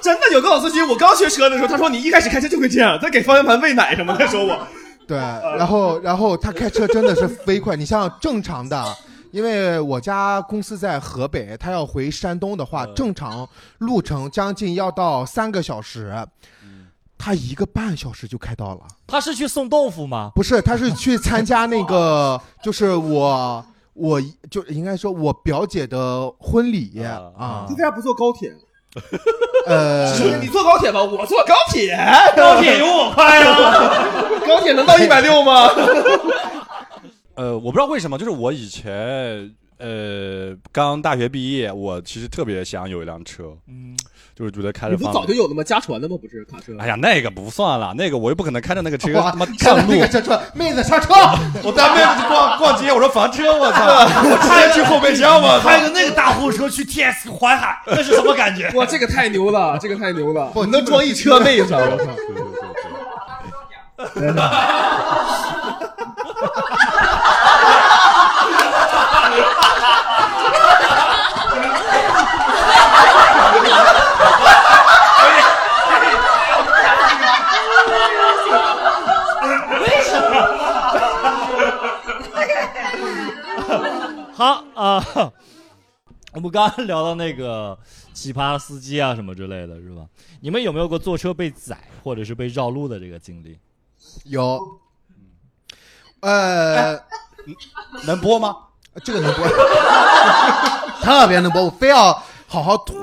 [SPEAKER 4] 真的有个老司机，我刚学车的时候，他说你一开始开车就会这样，他给方向盘喂奶什么的，他说 <laughs> 我
[SPEAKER 1] 对，然后然后他开车真的是飞快。你像正常的，因为我家公司在河北，他要回山东的话，正常路程将近要到三个小时，他一个半小时就开到了。
[SPEAKER 3] 他是去送豆腐吗？
[SPEAKER 1] 不是，他是去参加那个，就是我我就应该说我表姐的婚礼
[SPEAKER 2] 啊
[SPEAKER 1] 啊
[SPEAKER 4] 他，为啥不坐高铁？啊
[SPEAKER 1] 呃，
[SPEAKER 4] 你坐高铁吧，我坐高铁，
[SPEAKER 3] 高铁有我快啊！
[SPEAKER 4] 高铁能到一百六吗？
[SPEAKER 2] 呃，我不知道为什么，就是我以前呃刚大学毕业，我其实特别想有一辆车，
[SPEAKER 3] 嗯，
[SPEAKER 2] 就是觉得
[SPEAKER 4] <laughs>
[SPEAKER 2] 开
[SPEAKER 4] 你
[SPEAKER 2] 着
[SPEAKER 4] 不
[SPEAKER 2] 方
[SPEAKER 4] 早就
[SPEAKER 2] 便。
[SPEAKER 4] 有了吗？家传的吗？不是卡车，
[SPEAKER 2] 哎呀，那个不算了，那个我又不可能开着那个车
[SPEAKER 1] 哇
[SPEAKER 2] 他妈
[SPEAKER 4] <laughs>
[SPEAKER 1] 上
[SPEAKER 2] 上
[SPEAKER 1] 那
[SPEAKER 2] 路
[SPEAKER 1] 个，车车，妹子上车，
[SPEAKER 2] 我带妹子去逛逛街，我说房车， <laughs> 我操，我
[SPEAKER 3] <laughs>
[SPEAKER 2] 直接去后备箱，我操
[SPEAKER 3] 开个那个大货车去 TS 环 <laughs> 海，那是什么感觉？
[SPEAKER 4] 哇，这个太牛了，这个太牛了，
[SPEAKER 1] 不
[SPEAKER 4] 你能装一车妹子，啊我操！
[SPEAKER 2] 对对对对
[SPEAKER 3] 好啊、 <laughs> 我们刚刚聊到那个奇葩司机啊什么之类的，是吧？你们有没有过坐车被宰或者是被绕路的这个经历？
[SPEAKER 1] 有，呃，
[SPEAKER 2] 能播吗？
[SPEAKER 1] 这个能播， <laughs> 特别能播，我非要好好吐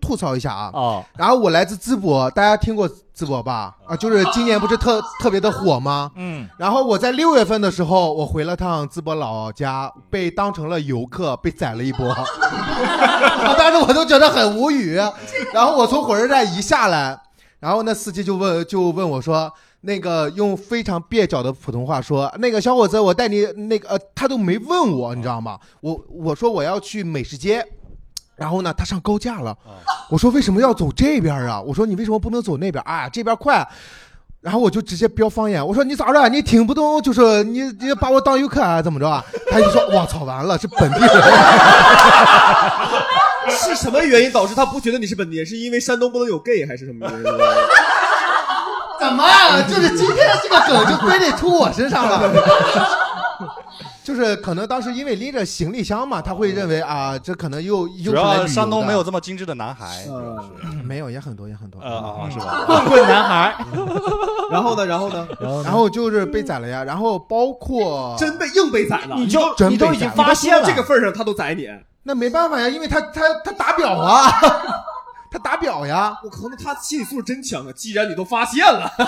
[SPEAKER 1] 吐槽一下啊。
[SPEAKER 3] 哦，
[SPEAKER 1] 然后我来自淄博，大家听过淄博吧？啊，就是今年不是特特别的火吗？
[SPEAKER 3] 嗯，
[SPEAKER 1] 然后我在六月份的时候，我回了趟淄博老家，被当成了游客，被宰了一波。 <laughs> 当时我都觉得很无语。然后我从火车站一下来，然后那司机就问就问我说，那个用非常蹩脚的普通话说，那个小伙子，我带你那个呃，他都没问我，你知道吗？我我说我要去美食街。然后呢，他上高架了，我说为什么要走这边啊？我说你为什么不能走那边啊？这边快，然后我就直接飙方言，我说你咋了？你听不懂，就是你你把我当游客啊，怎么着啊？他就说我操，完了是本地人，
[SPEAKER 4] <laughs> 是什么原因导致他不觉得你是本地人？是因为山东不能有 gay 还是什么原因？
[SPEAKER 1] <laughs>
[SPEAKER 4] <laughs>
[SPEAKER 1] 怎么、啊就是今天这个梗就非得出我身上了？ <laughs> 就是可能当时因为拎着行李箱嘛，他会认为啊，这可能又又
[SPEAKER 2] 主
[SPEAKER 1] 是来旅
[SPEAKER 2] 要
[SPEAKER 1] 游
[SPEAKER 2] 山东
[SPEAKER 1] 的嗯
[SPEAKER 2] 没有这么精致的男孩，主要
[SPEAKER 4] 啊
[SPEAKER 2] 是
[SPEAKER 1] 没有也很多也很多
[SPEAKER 2] 呃啊是吧？
[SPEAKER 3] 棍棍男孩， <laughs>
[SPEAKER 4] 然后呢，然后呢，
[SPEAKER 3] 然后
[SPEAKER 1] 然后就是被宰了呀，然后包括
[SPEAKER 4] 真被硬被宰了。
[SPEAKER 3] 你就
[SPEAKER 1] 真
[SPEAKER 3] 你都
[SPEAKER 1] 被
[SPEAKER 3] 已经
[SPEAKER 1] 宰
[SPEAKER 3] 发
[SPEAKER 4] 说
[SPEAKER 3] 现
[SPEAKER 4] 到
[SPEAKER 3] 了
[SPEAKER 4] 这个份儿上，他都宰你。
[SPEAKER 1] 那没办法呀，因为他他他打表啊，他打表呀。
[SPEAKER 4] 我靠，那他心理素质真强啊！啊既然你都发现了，
[SPEAKER 2] 那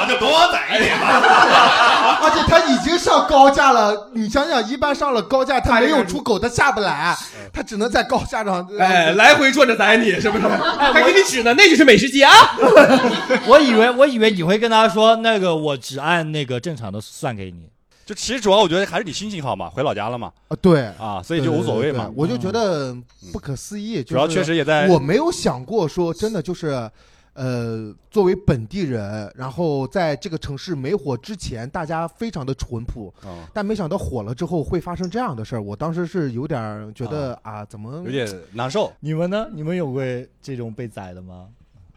[SPEAKER 2] 我就多宰你吧。
[SPEAKER 1] 而且他已经上高架了，你想想，一般上了高架，他没有出口，他下不来，
[SPEAKER 2] 哎
[SPEAKER 1] 他只能在高架上。
[SPEAKER 4] <laughs> 哎，来回转着宰你，是不
[SPEAKER 3] <laughs>
[SPEAKER 4] 是？还
[SPEAKER 3] 哎我
[SPEAKER 4] 给你指呢，那就是美食街啊！
[SPEAKER 3] 我以为我以为你会跟他说那个我只按那个正常的算给你，
[SPEAKER 2] 就其实主要我觉得还是你心情好嘛，回老家了嘛，
[SPEAKER 1] 啊，对，
[SPEAKER 2] 啊，所以就无所谓
[SPEAKER 1] 对
[SPEAKER 2] 嘛
[SPEAKER 1] 对
[SPEAKER 2] 嗯
[SPEAKER 1] 对。我就觉得不可思议，
[SPEAKER 2] 主要
[SPEAKER 1] 就是
[SPEAKER 2] 确实也在
[SPEAKER 1] 我没有想过说真的就是。呃，作为本地人，然后在这个城市没火之前，大家非常的淳朴，
[SPEAKER 2] 哦，
[SPEAKER 1] 但没想到火了之后会发生这样的事儿。我当时是有点儿觉得啊，怎么
[SPEAKER 2] 有点难受。
[SPEAKER 3] 你们呢？你们有过这种被宰的吗？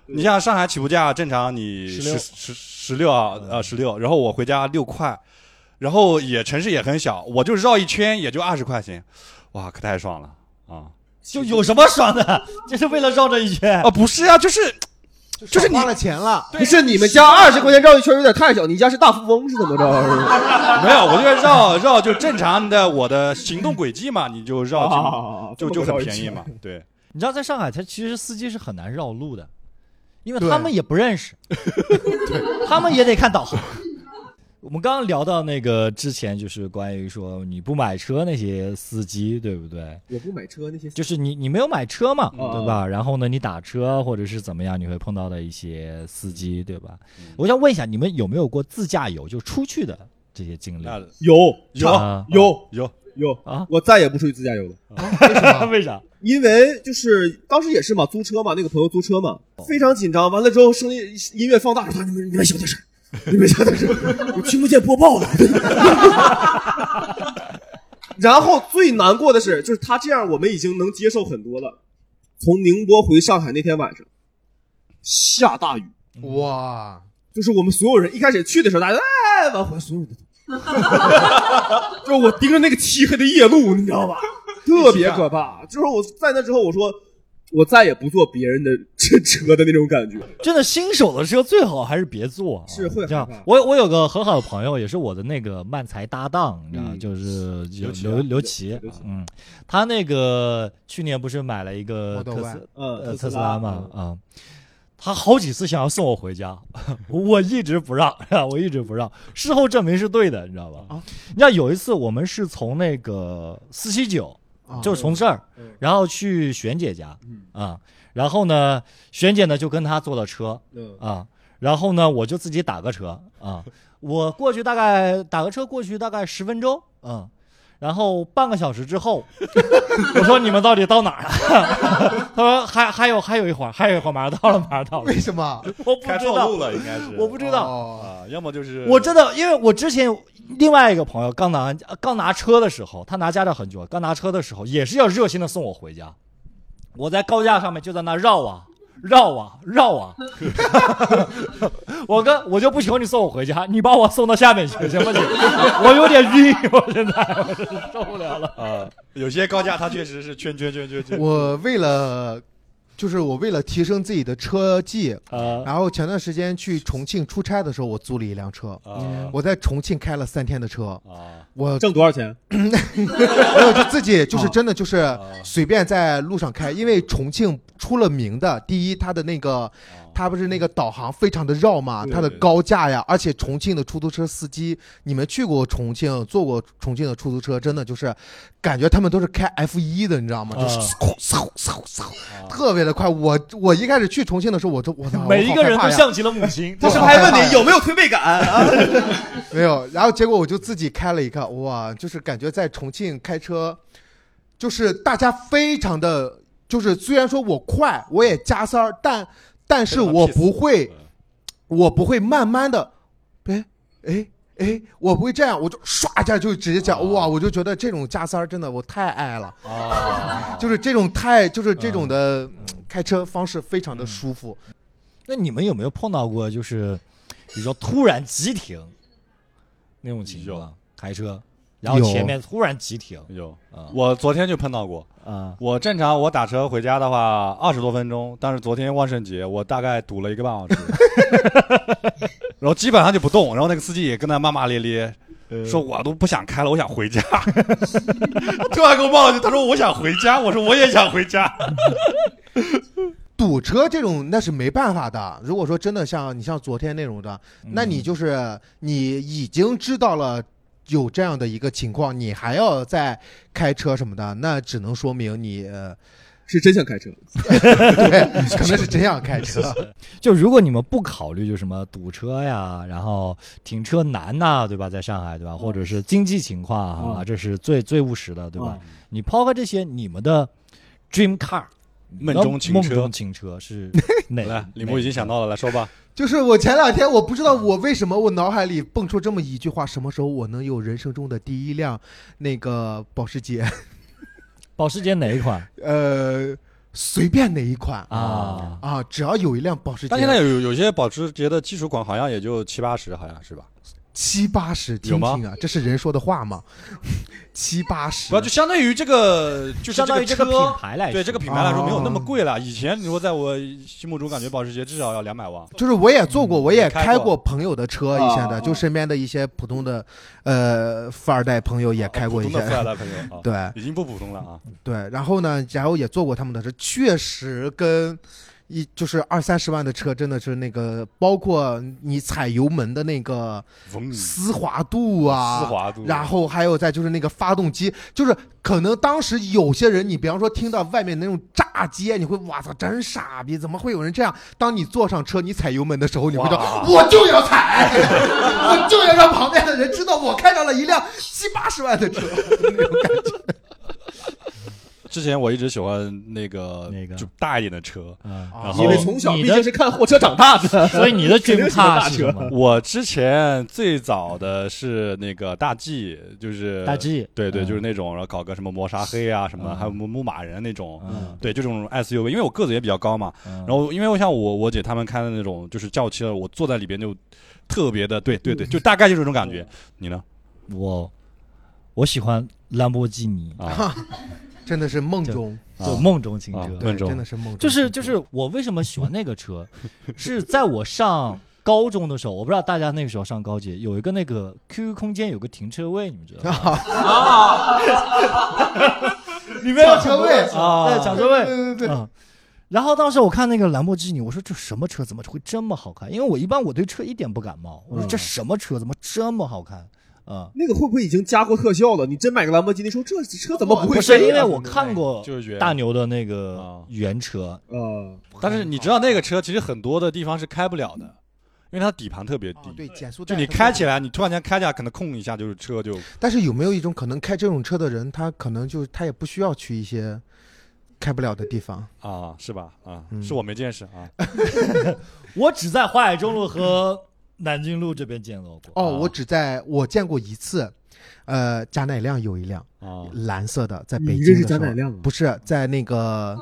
[SPEAKER 2] 你像上海起步价正常你
[SPEAKER 3] 16
[SPEAKER 2] 十十十六啊啊十六，然后我回家六块，然后也城市也很小，我就绕一圈也就二十块钱，哇，可太爽了啊！
[SPEAKER 3] 就有什么爽的？ <laughs> 就是为了绕这一圈。
[SPEAKER 2] 啊，不是啊，就是就是你
[SPEAKER 1] 花了钱了，
[SPEAKER 4] 不是你们家
[SPEAKER 3] 啊
[SPEAKER 4] 二十块钱绕一圈有点太小，你家是大富翁是怎么
[SPEAKER 3] <laughs>
[SPEAKER 4] 着？哦是吧
[SPEAKER 2] 没有，我就绕绕就正常的我的行动轨迹嘛，你就绕进、
[SPEAKER 4] 啊
[SPEAKER 2] 就就很便宜嘛。，对，
[SPEAKER 3] 你知道，在上海，他其实司机是很难绕路的，因为
[SPEAKER 1] 对
[SPEAKER 3] 他们也不认识，他们也得看导航。我们刚刚聊到那个之前，就是关于说你不买车那些司机，对不对？
[SPEAKER 4] 我不买车那些
[SPEAKER 3] 就是你你没有买车嘛，
[SPEAKER 4] 嗯
[SPEAKER 3] 对吧？然后呢，你打车或者是怎么样，你会碰到的一些司机，对吧？我想问一下，你们有没有过自驾游就出去的这些经历？
[SPEAKER 2] 那
[SPEAKER 4] 有
[SPEAKER 3] 啊
[SPEAKER 4] 有
[SPEAKER 2] 有
[SPEAKER 4] 有
[SPEAKER 3] 啊
[SPEAKER 4] 我再也不出去自驾游了。
[SPEAKER 1] 为什么？
[SPEAKER 3] 为啥？
[SPEAKER 4] 因为就是当时也是嘛，租车嘛，那个朋友租车嘛，非常紧张。完了之后，声音音乐放大，他说你们你们小点声，你们小点声，我听不见播报了。然后最难过的是，就是他这样，我们已经能接受很多了。从宁波回上海那天晚上，下大雨，
[SPEAKER 1] 哇，
[SPEAKER 4] 就是我们所有人一开始去的时候，大家哎，完回来所有人都， <laughs> 就是我盯着那个漆黑的夜路，你知道吧？特别可怕。就是我在那之后，我说我再也不坐别人的这车的那种感觉。
[SPEAKER 3] 真的新手的车最好还是别坐、啊，
[SPEAKER 4] 是会
[SPEAKER 3] 这样
[SPEAKER 4] 害怕。
[SPEAKER 3] 我我有个很好的朋友，也是我的那个漫才搭档，你知道，
[SPEAKER 4] 嗯
[SPEAKER 3] 就是
[SPEAKER 2] 刘琦啊
[SPEAKER 3] 刘刘琦
[SPEAKER 4] 刘琦，
[SPEAKER 3] 嗯，他那个去年不是买了一个
[SPEAKER 1] Model
[SPEAKER 3] 特
[SPEAKER 1] Y
[SPEAKER 3] 斯
[SPEAKER 4] 呃
[SPEAKER 3] 呃特斯拉嘛，啊、他好几次想要送我回家， <laughs> 我一直不让， <laughs> 我一直不让。事后证明是对的，你知道吧？
[SPEAKER 1] 啊
[SPEAKER 3] 你知道有一次我们是从那个四七九，
[SPEAKER 1] 啊
[SPEAKER 3] 就是从这儿
[SPEAKER 4] 嗯，
[SPEAKER 3] 然后去璇姐家，
[SPEAKER 4] 嗯
[SPEAKER 3] 啊，然后呢，璇姐呢就跟他坐了车，
[SPEAKER 4] 嗯，
[SPEAKER 3] 啊，然后呢，我就自己打个车啊，我过去大概打个车过去大概十分钟，嗯，然后半个小时之后， <laughs> 我说你们到底到哪儿了？ <laughs> 他说还还有还有一会儿，还有一会儿马上到了，马上到了
[SPEAKER 1] 啊为，什么？
[SPEAKER 3] 我不
[SPEAKER 2] 开
[SPEAKER 3] 知
[SPEAKER 2] 错
[SPEAKER 3] 道
[SPEAKER 2] 路，了，应该是
[SPEAKER 3] 我不知道。
[SPEAKER 1] 哦
[SPEAKER 2] 啊，要么就是
[SPEAKER 3] 我真的，因为我之前有另外一个朋友刚拿刚拿车的时候，他拿驾照很久，刚拿车的时候也是要热心的送我回家。我在高架上面就在那绕啊绕啊绕啊， <laughs> 我跟我就不求你送我回家，你把我送到下面去行 <laughs> 不行？我有点 <laughs> 晕，我现在我真是受不了了。
[SPEAKER 2] 啊，有些高架它确实是圈圈圈圈圈。
[SPEAKER 1] 我为了，就是我为了提升自己的车技，
[SPEAKER 3] 呃，
[SPEAKER 1] 然后前段时间去重庆出差的时候，我租了一辆车。
[SPEAKER 2] 啊
[SPEAKER 1] 我在重庆开了三天的车，
[SPEAKER 2] 啊
[SPEAKER 1] 我
[SPEAKER 4] 挣多少钱？
[SPEAKER 1] 没有就自己就是真的就是
[SPEAKER 3] 哦
[SPEAKER 1] 随便在路上开，因为重庆出了名的，第一它的那个
[SPEAKER 3] 哦
[SPEAKER 1] 它不是那个导航非常的绕嘛，
[SPEAKER 4] 对
[SPEAKER 1] 它的
[SPEAKER 2] 对
[SPEAKER 1] 高架呀，而且重庆的出租车司机，你们去过重庆，坐过重庆的出租车，真的就是感觉他们都是开 F 一的，你知道吗？就是
[SPEAKER 3] 啊
[SPEAKER 1] 嗖嗖嗖嗖，特别的快。我我一开始去重庆的时候，我都我操，
[SPEAKER 3] 每一个人
[SPEAKER 1] 我好害
[SPEAKER 3] 都
[SPEAKER 1] 怕呀
[SPEAKER 3] 像极了母亲，
[SPEAKER 4] 他
[SPEAKER 1] 我
[SPEAKER 4] 是
[SPEAKER 1] 好
[SPEAKER 4] 不
[SPEAKER 1] 害
[SPEAKER 4] 还
[SPEAKER 1] 怕呀
[SPEAKER 4] 问你有没有推背感啊？
[SPEAKER 1] 没有，然后结果我就自己开了一个，哇，就是感觉在重庆开车，就是大家非常的，就是虽然说我快，我也加塞儿，但但是我不会
[SPEAKER 2] 非常 peace，
[SPEAKER 1] 我不会慢慢的，哎哎哎，我不会这样，我就唰一下就直接讲，哇，我就觉得这种加塞儿真的我太爱了，
[SPEAKER 2] 啊，
[SPEAKER 1] 就是这种太就是这种的、嗯开车方式非常的舒服，
[SPEAKER 3] 那你们有没有碰到过就是，比如说突然急停那种情况？开车，然后
[SPEAKER 1] 有
[SPEAKER 3] 前面突然急停
[SPEAKER 2] 有
[SPEAKER 3] 啊
[SPEAKER 2] 我昨天就碰到过，
[SPEAKER 3] 啊
[SPEAKER 2] 我正常我打车回家的话二十多分钟，但是昨天万圣节我大概堵了一个半
[SPEAKER 1] <laughs>
[SPEAKER 2] 小时，然后基本上就不动，然后那个司机也跟他骂骂咧咧，
[SPEAKER 1] 呃
[SPEAKER 2] 说我都不想开了，我想
[SPEAKER 1] <laughs>
[SPEAKER 2] 回家。他突然给我冒了句，他说我想回家，我说我也想回家。
[SPEAKER 1] 堵车这种那是没办法的。如果说真的像你像昨天那种的，那你就是你已经知道了。有这样的一个情况，你还要再开车什么的，那只能说明你、呃
[SPEAKER 4] <laughs> 是真想开车，
[SPEAKER 1] 对，可能是真想开车。
[SPEAKER 3] 就如果你们不考虑就什么堵车呀，然后停车难呐、对吧？在上海，对吧？或者是经济情况啊，
[SPEAKER 4] 嗯
[SPEAKER 3] 嗯这是最最务实的，对吧？你抛开这些，你们的 dream car 呃
[SPEAKER 2] 梦中情
[SPEAKER 3] 梦
[SPEAKER 2] 车
[SPEAKER 3] 中。情车是 <laughs> 哪？
[SPEAKER 2] 来，李牧已经想到了，来说吧。
[SPEAKER 1] 就是我前两天我不知道我为什么我脑海里蹦出这么一句话：什么时候我能有人生中的第一辆那个保时捷？
[SPEAKER 3] 保时捷哪一 <laughs> 款
[SPEAKER 1] 呃，随便哪一款
[SPEAKER 3] 啊？
[SPEAKER 1] 啊，只要有一辆保时捷，
[SPEAKER 2] 但现在有有些保时捷的基础款好像也就七八十，好像是吧？
[SPEAKER 1] 七八十，
[SPEAKER 2] 有
[SPEAKER 1] 听
[SPEAKER 2] 吗
[SPEAKER 1] 听啊，这是人说的话吗？ <laughs> 七八十，
[SPEAKER 2] 不，就相当于这个，就是
[SPEAKER 3] 相啊当于这个品
[SPEAKER 2] 车，
[SPEAKER 3] 牌来说，嗯
[SPEAKER 2] 对这个品牌来说没有那么贵了。以前你说在我心目中感觉保时捷至少要两百万，
[SPEAKER 1] 就是我也坐过，我也开
[SPEAKER 2] 嗯开过
[SPEAKER 1] 过
[SPEAKER 2] 哦
[SPEAKER 1] 朋友的车，以前的，就身边的一些普通的，呃，富二代朋友也开过一
[SPEAKER 2] 哦普通的富
[SPEAKER 1] 些，
[SPEAKER 2] 二代朋友啊，
[SPEAKER 1] 对
[SPEAKER 2] 已经不普通了啊。
[SPEAKER 1] 对。然后呢，然后也坐过他们的车，确实跟一就是二三十万的车，真的是那个，包括你踩油门的那个
[SPEAKER 2] 嗡，丝
[SPEAKER 1] 丝滑度啊，
[SPEAKER 2] 嗯滑度，
[SPEAKER 1] 然后还有再就是那个发动机，就是可能当时有些人，你比方说听到外面那种炸街，你会哇操，真傻逼，怎么会有人这样？当你坐上车，你踩油门的时候，你会知道
[SPEAKER 2] 哇
[SPEAKER 1] <laughs> 我就要踩，我就要让旁边的人知道我开上了一辆七八十万的车。
[SPEAKER 2] 之前我一直喜欢那个
[SPEAKER 3] 哪个
[SPEAKER 2] 就大一点的车。
[SPEAKER 3] 啊。
[SPEAKER 2] 然后
[SPEAKER 4] 因为从小
[SPEAKER 3] 你
[SPEAKER 4] 毕
[SPEAKER 3] 的
[SPEAKER 4] 竟是看货车长大的，
[SPEAKER 3] 啊所以你的
[SPEAKER 4] 肯
[SPEAKER 3] dream
[SPEAKER 4] 定喜欢
[SPEAKER 3] car
[SPEAKER 4] 大
[SPEAKER 3] 是
[SPEAKER 4] 车
[SPEAKER 3] 什么？
[SPEAKER 2] 我之前最早的是那个大 G，就是
[SPEAKER 3] 大 G
[SPEAKER 2] 对对，
[SPEAKER 3] 嗯
[SPEAKER 2] 就是那种然后搞个什么磨砂黑啊，什么
[SPEAKER 3] 嗯
[SPEAKER 2] 还有牧牧马人那种，
[SPEAKER 3] 嗯
[SPEAKER 2] 对，就这种 SUV，因为我个子也比较高嘛，
[SPEAKER 3] 嗯
[SPEAKER 2] 然后因为我像我我姐他们开的那种就是轿车，我坐在里边就特别的，对对对，就大概就是这种感
[SPEAKER 1] 嗯
[SPEAKER 2] 觉。你呢？
[SPEAKER 3] 我我喜欢兰博基尼，
[SPEAKER 2] 啊，
[SPEAKER 1] 真的是梦中，
[SPEAKER 3] 就梦中情
[SPEAKER 2] 啊
[SPEAKER 3] 车，
[SPEAKER 1] 对，
[SPEAKER 2] 梦中
[SPEAKER 1] 真的是梦中，
[SPEAKER 3] 就是就是我为什么喜欢那个车，是在我上高中的时候，我不知道大家那个时候上高几，有一个那个 QQ 空间有个停车位，你们知道吗？
[SPEAKER 1] 啊里面有车位
[SPEAKER 2] 啊
[SPEAKER 3] 对，抢车
[SPEAKER 1] 对
[SPEAKER 3] 位。
[SPEAKER 1] 对对对，
[SPEAKER 3] 嗯，然后当时我看那个兰博基尼，我说这什么车怎么会这么好看？因为我一般我对车一点不感冒，我说
[SPEAKER 1] 嗯
[SPEAKER 3] 这什么车怎么这么好看？啊，
[SPEAKER 4] 那个会不会已经加过特效了？你真买个兰博基尼，说这车怎么不会
[SPEAKER 3] 不
[SPEAKER 4] 飞啊？
[SPEAKER 3] 是因为我看过
[SPEAKER 2] 就是觉得
[SPEAKER 3] 大牛的那个
[SPEAKER 2] 啊
[SPEAKER 3] 原车，
[SPEAKER 4] 呃，
[SPEAKER 2] 但是你知道那个车其实很多的地方是开不了的，因为它底盘特别
[SPEAKER 1] 哦
[SPEAKER 2] 低。
[SPEAKER 1] 对，减速带
[SPEAKER 2] 就你开起来，你突然间开下，可能控一下，就是车就
[SPEAKER 1] 但是有没有一种可能，开这种车的人，他可能就他也不需要去一些开不了的地方？
[SPEAKER 2] 啊，是吧？啊，
[SPEAKER 1] 嗯
[SPEAKER 2] 是我没见识
[SPEAKER 1] <laughs>
[SPEAKER 2] 啊。
[SPEAKER 3] 我只在淮海中路和 <coughs> 南京路这边见到过。
[SPEAKER 1] 哦，
[SPEAKER 2] 啊
[SPEAKER 1] 我只在我见过一次，呃，贾乃亮有一辆
[SPEAKER 2] 啊，
[SPEAKER 1] 蓝色的，在北
[SPEAKER 4] 哦你
[SPEAKER 1] 京
[SPEAKER 4] 认识
[SPEAKER 1] 的时
[SPEAKER 4] 贾
[SPEAKER 1] 候
[SPEAKER 4] 乃亮啊？
[SPEAKER 1] 不是在那个，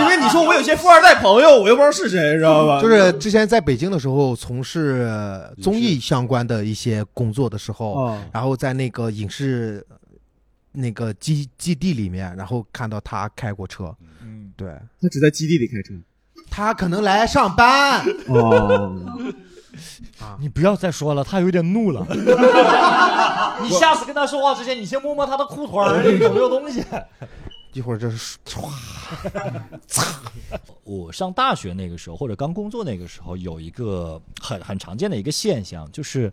[SPEAKER 4] 因为你说我有些富二代朋友，我又不知道是谁，知道吧？
[SPEAKER 1] 就是之前在北京的时候从事呃综艺相关的一些工作的时候，
[SPEAKER 4] 啊，
[SPEAKER 1] 然后在那个影视那个基基地里面，然后看到他开过车，
[SPEAKER 3] 嗯，
[SPEAKER 1] 对
[SPEAKER 4] 他只在基地里开车。
[SPEAKER 1] 他可能来上班，
[SPEAKER 4] 哦，
[SPEAKER 3] 你不要再说了，他有点怒了。 <laughs> 你下次跟他说话之前，你先摸摸他的裤腿儿有没有东西。 <laughs>
[SPEAKER 1] 一会儿就是
[SPEAKER 3] 我上大学那个时候，或者刚工作那个时候，有一个很很常见的一个现象，就是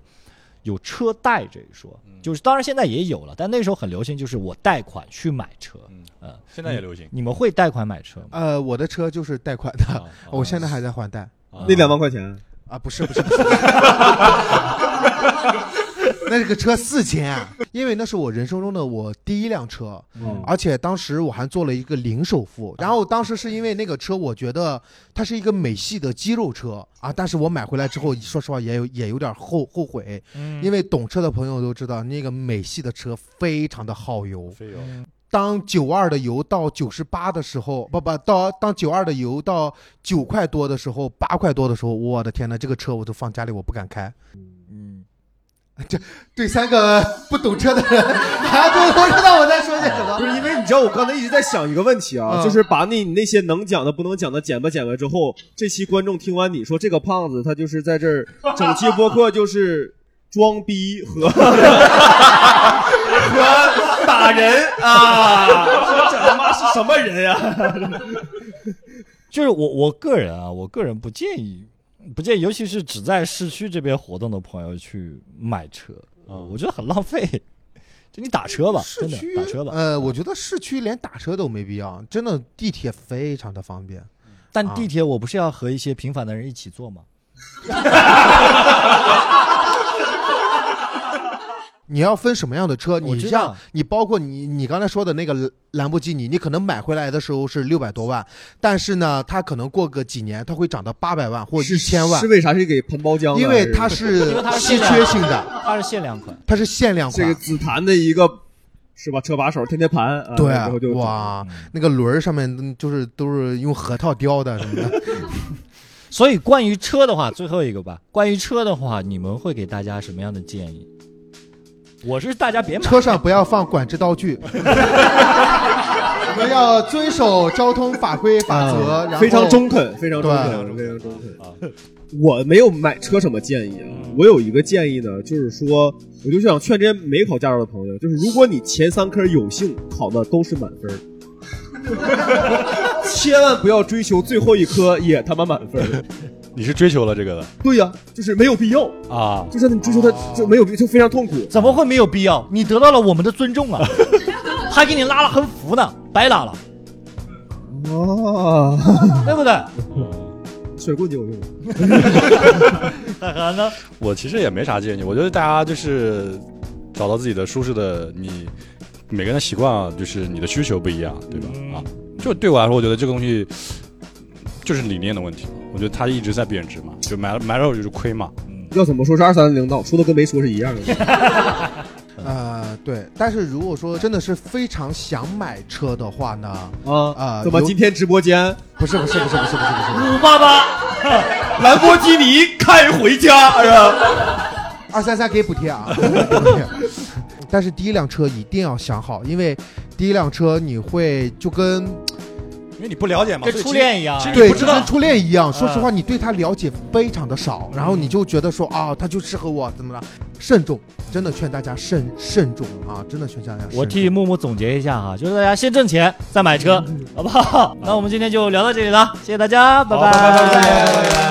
[SPEAKER 3] 有车贷这一说。就是当然现在也有了，但那时候很流行，就是我贷款去买车。
[SPEAKER 2] 嗯
[SPEAKER 3] 呃，
[SPEAKER 2] 现在也流行。
[SPEAKER 3] 你们会贷款买车吗？
[SPEAKER 1] 呃，我的车就是贷款的
[SPEAKER 2] 啊，
[SPEAKER 4] 哦
[SPEAKER 1] 我现在还在还贷
[SPEAKER 2] 啊
[SPEAKER 4] 那两万块钱，
[SPEAKER 1] 啊，不是不是不是，那个车四千，啊因为那是我人生中的我第一辆车，
[SPEAKER 4] 嗯
[SPEAKER 1] 而且当时我还做了一个零首付，然后当时是因为那个车，我觉得它是一个美系的肌肉车啊，但是我买回来之后，说实话也有也有点后后悔，因为懂车的朋友都知道，那个美系的车非常的耗油，
[SPEAKER 2] 费用
[SPEAKER 1] 当九二的油到九十八的时候，不不到当九二的油到九块多的时候，八块多的时候，我的天呐，这个车我都放家里，我不敢开。
[SPEAKER 3] 嗯，
[SPEAKER 1] 对三个不懂车的人，还都不知道我在说些什
[SPEAKER 4] 啊不
[SPEAKER 1] 么。
[SPEAKER 4] 是因为你知道，我刚才一直在想一个问题啊，
[SPEAKER 1] 嗯
[SPEAKER 4] 就是把那你那些能讲的、不能讲的剪吧剪吧之后，这期观众听完你说这个胖子，他就是在这儿整期播客就是装逼 <laughs> 和和打人啊，这他妈是什么人呀、
[SPEAKER 3] 就是我我个人啊，我个人不建议，不建议，尤其是只在市区这边活动的朋友去买车，
[SPEAKER 2] 啊
[SPEAKER 3] 我觉得很浪费。就你打车吧，真的打车吧。
[SPEAKER 1] 呃，我觉得市区连打车都没必要，真的地铁非常的方便。
[SPEAKER 3] 但地铁我不是要和一些平凡的人一起坐吗？
[SPEAKER 1] 你要分什么样的车？
[SPEAKER 3] 我
[SPEAKER 1] 你
[SPEAKER 3] 知
[SPEAKER 1] 像
[SPEAKER 3] 道，
[SPEAKER 1] 你包括你你刚才说的那个兰兰博基尼，你可能买回来的时候是六百多万，但是呢，它可能过个几年，它会涨到八百万或一
[SPEAKER 4] 是
[SPEAKER 1] 千万
[SPEAKER 4] 是，为啥？是给盘包浆的？
[SPEAKER 1] 因为它
[SPEAKER 3] <laughs> 因为
[SPEAKER 1] 是
[SPEAKER 3] 它是
[SPEAKER 1] 稀缺性的，
[SPEAKER 3] 它是限量款。
[SPEAKER 1] 它是限量
[SPEAKER 4] 这个
[SPEAKER 1] 款。
[SPEAKER 4] 紫檀的一个是吧？车把手天天盘，啊
[SPEAKER 1] 对
[SPEAKER 4] 然后就，
[SPEAKER 1] 哇，那个轮儿上面嗯就是都是用核桃雕的什么的。
[SPEAKER 3] 所以关于车的话，最后一个吧，关于车的话，你们会给大家什么样的建议？我是大家别买，
[SPEAKER 1] 车上不要放管制道具， <laughs> 我们要遵守交通法规法则，然后
[SPEAKER 4] 啊嗯非常中肯，非常中肯，
[SPEAKER 1] 对
[SPEAKER 4] 非常中肯。我没有买车什么建议啊，我有一个建议呢，就是说，我就想劝这些没考驾照的朋友，就是如果你前三科有幸考的都是满分儿，千万不要追求最后一科也他妈满分儿。
[SPEAKER 2] 你是追求了这个的
[SPEAKER 4] 对呀、就是没有必要，
[SPEAKER 2] 啊？
[SPEAKER 4] 就是你追求它就没有必，就非常痛苦。
[SPEAKER 3] 怎么会没有必要？你得到了我们的尊重啊， <laughs> 还给你拉了横幅呢，白拉了，
[SPEAKER 4] 啊，
[SPEAKER 3] 对不对？
[SPEAKER 4] 甩棍就有用。
[SPEAKER 3] 海涵呢？
[SPEAKER 2] 我其实也没啥建议，我觉得大家就是找到自己的舒适的，你每个人的习惯啊，就是你的需求不一样，对吧？
[SPEAKER 3] 嗯
[SPEAKER 2] 啊，就对我来说，我觉得这个东西就是理念的问题嘛。我觉得它一直在贬值嘛，就买了买了就是亏嘛。
[SPEAKER 4] 要怎么说是二三零到，说的跟没说是一样的。
[SPEAKER 1] 呃对。但是如果说真的是非常想买车的话呢，
[SPEAKER 4] 啊
[SPEAKER 1] 啊
[SPEAKER 4] 怎么
[SPEAKER 1] 有
[SPEAKER 4] 今天直播间
[SPEAKER 1] 不是不是不是不是不是不是，
[SPEAKER 3] 五八八，
[SPEAKER 4] <laughs> 兰博基尼开回家
[SPEAKER 3] <laughs>
[SPEAKER 4] 是吧？
[SPEAKER 1] 二三三给补贴啊，给补贴。 <laughs> 但是第一辆车一定要想好，因为第一辆车你会就跟
[SPEAKER 2] 因为你不了解嘛，
[SPEAKER 3] 跟初恋一样啊
[SPEAKER 2] 其。实你
[SPEAKER 1] 对
[SPEAKER 2] 不知
[SPEAKER 1] 就
[SPEAKER 2] 道嗯
[SPEAKER 1] 跟初恋一样。说实话，你对他了解非常的少，然后你就觉得说啊，他就适合我，怎么了？慎重，真的劝大家慎慎重啊，真的劝大家慎重。
[SPEAKER 3] 我替木木总结一下哈、就是大家先挣钱
[SPEAKER 4] 嗯
[SPEAKER 3] 再买车，好不好？那我们今天就聊到这里了，谢谢大家，拜
[SPEAKER 2] 好拜拜
[SPEAKER 3] 拜拜拜。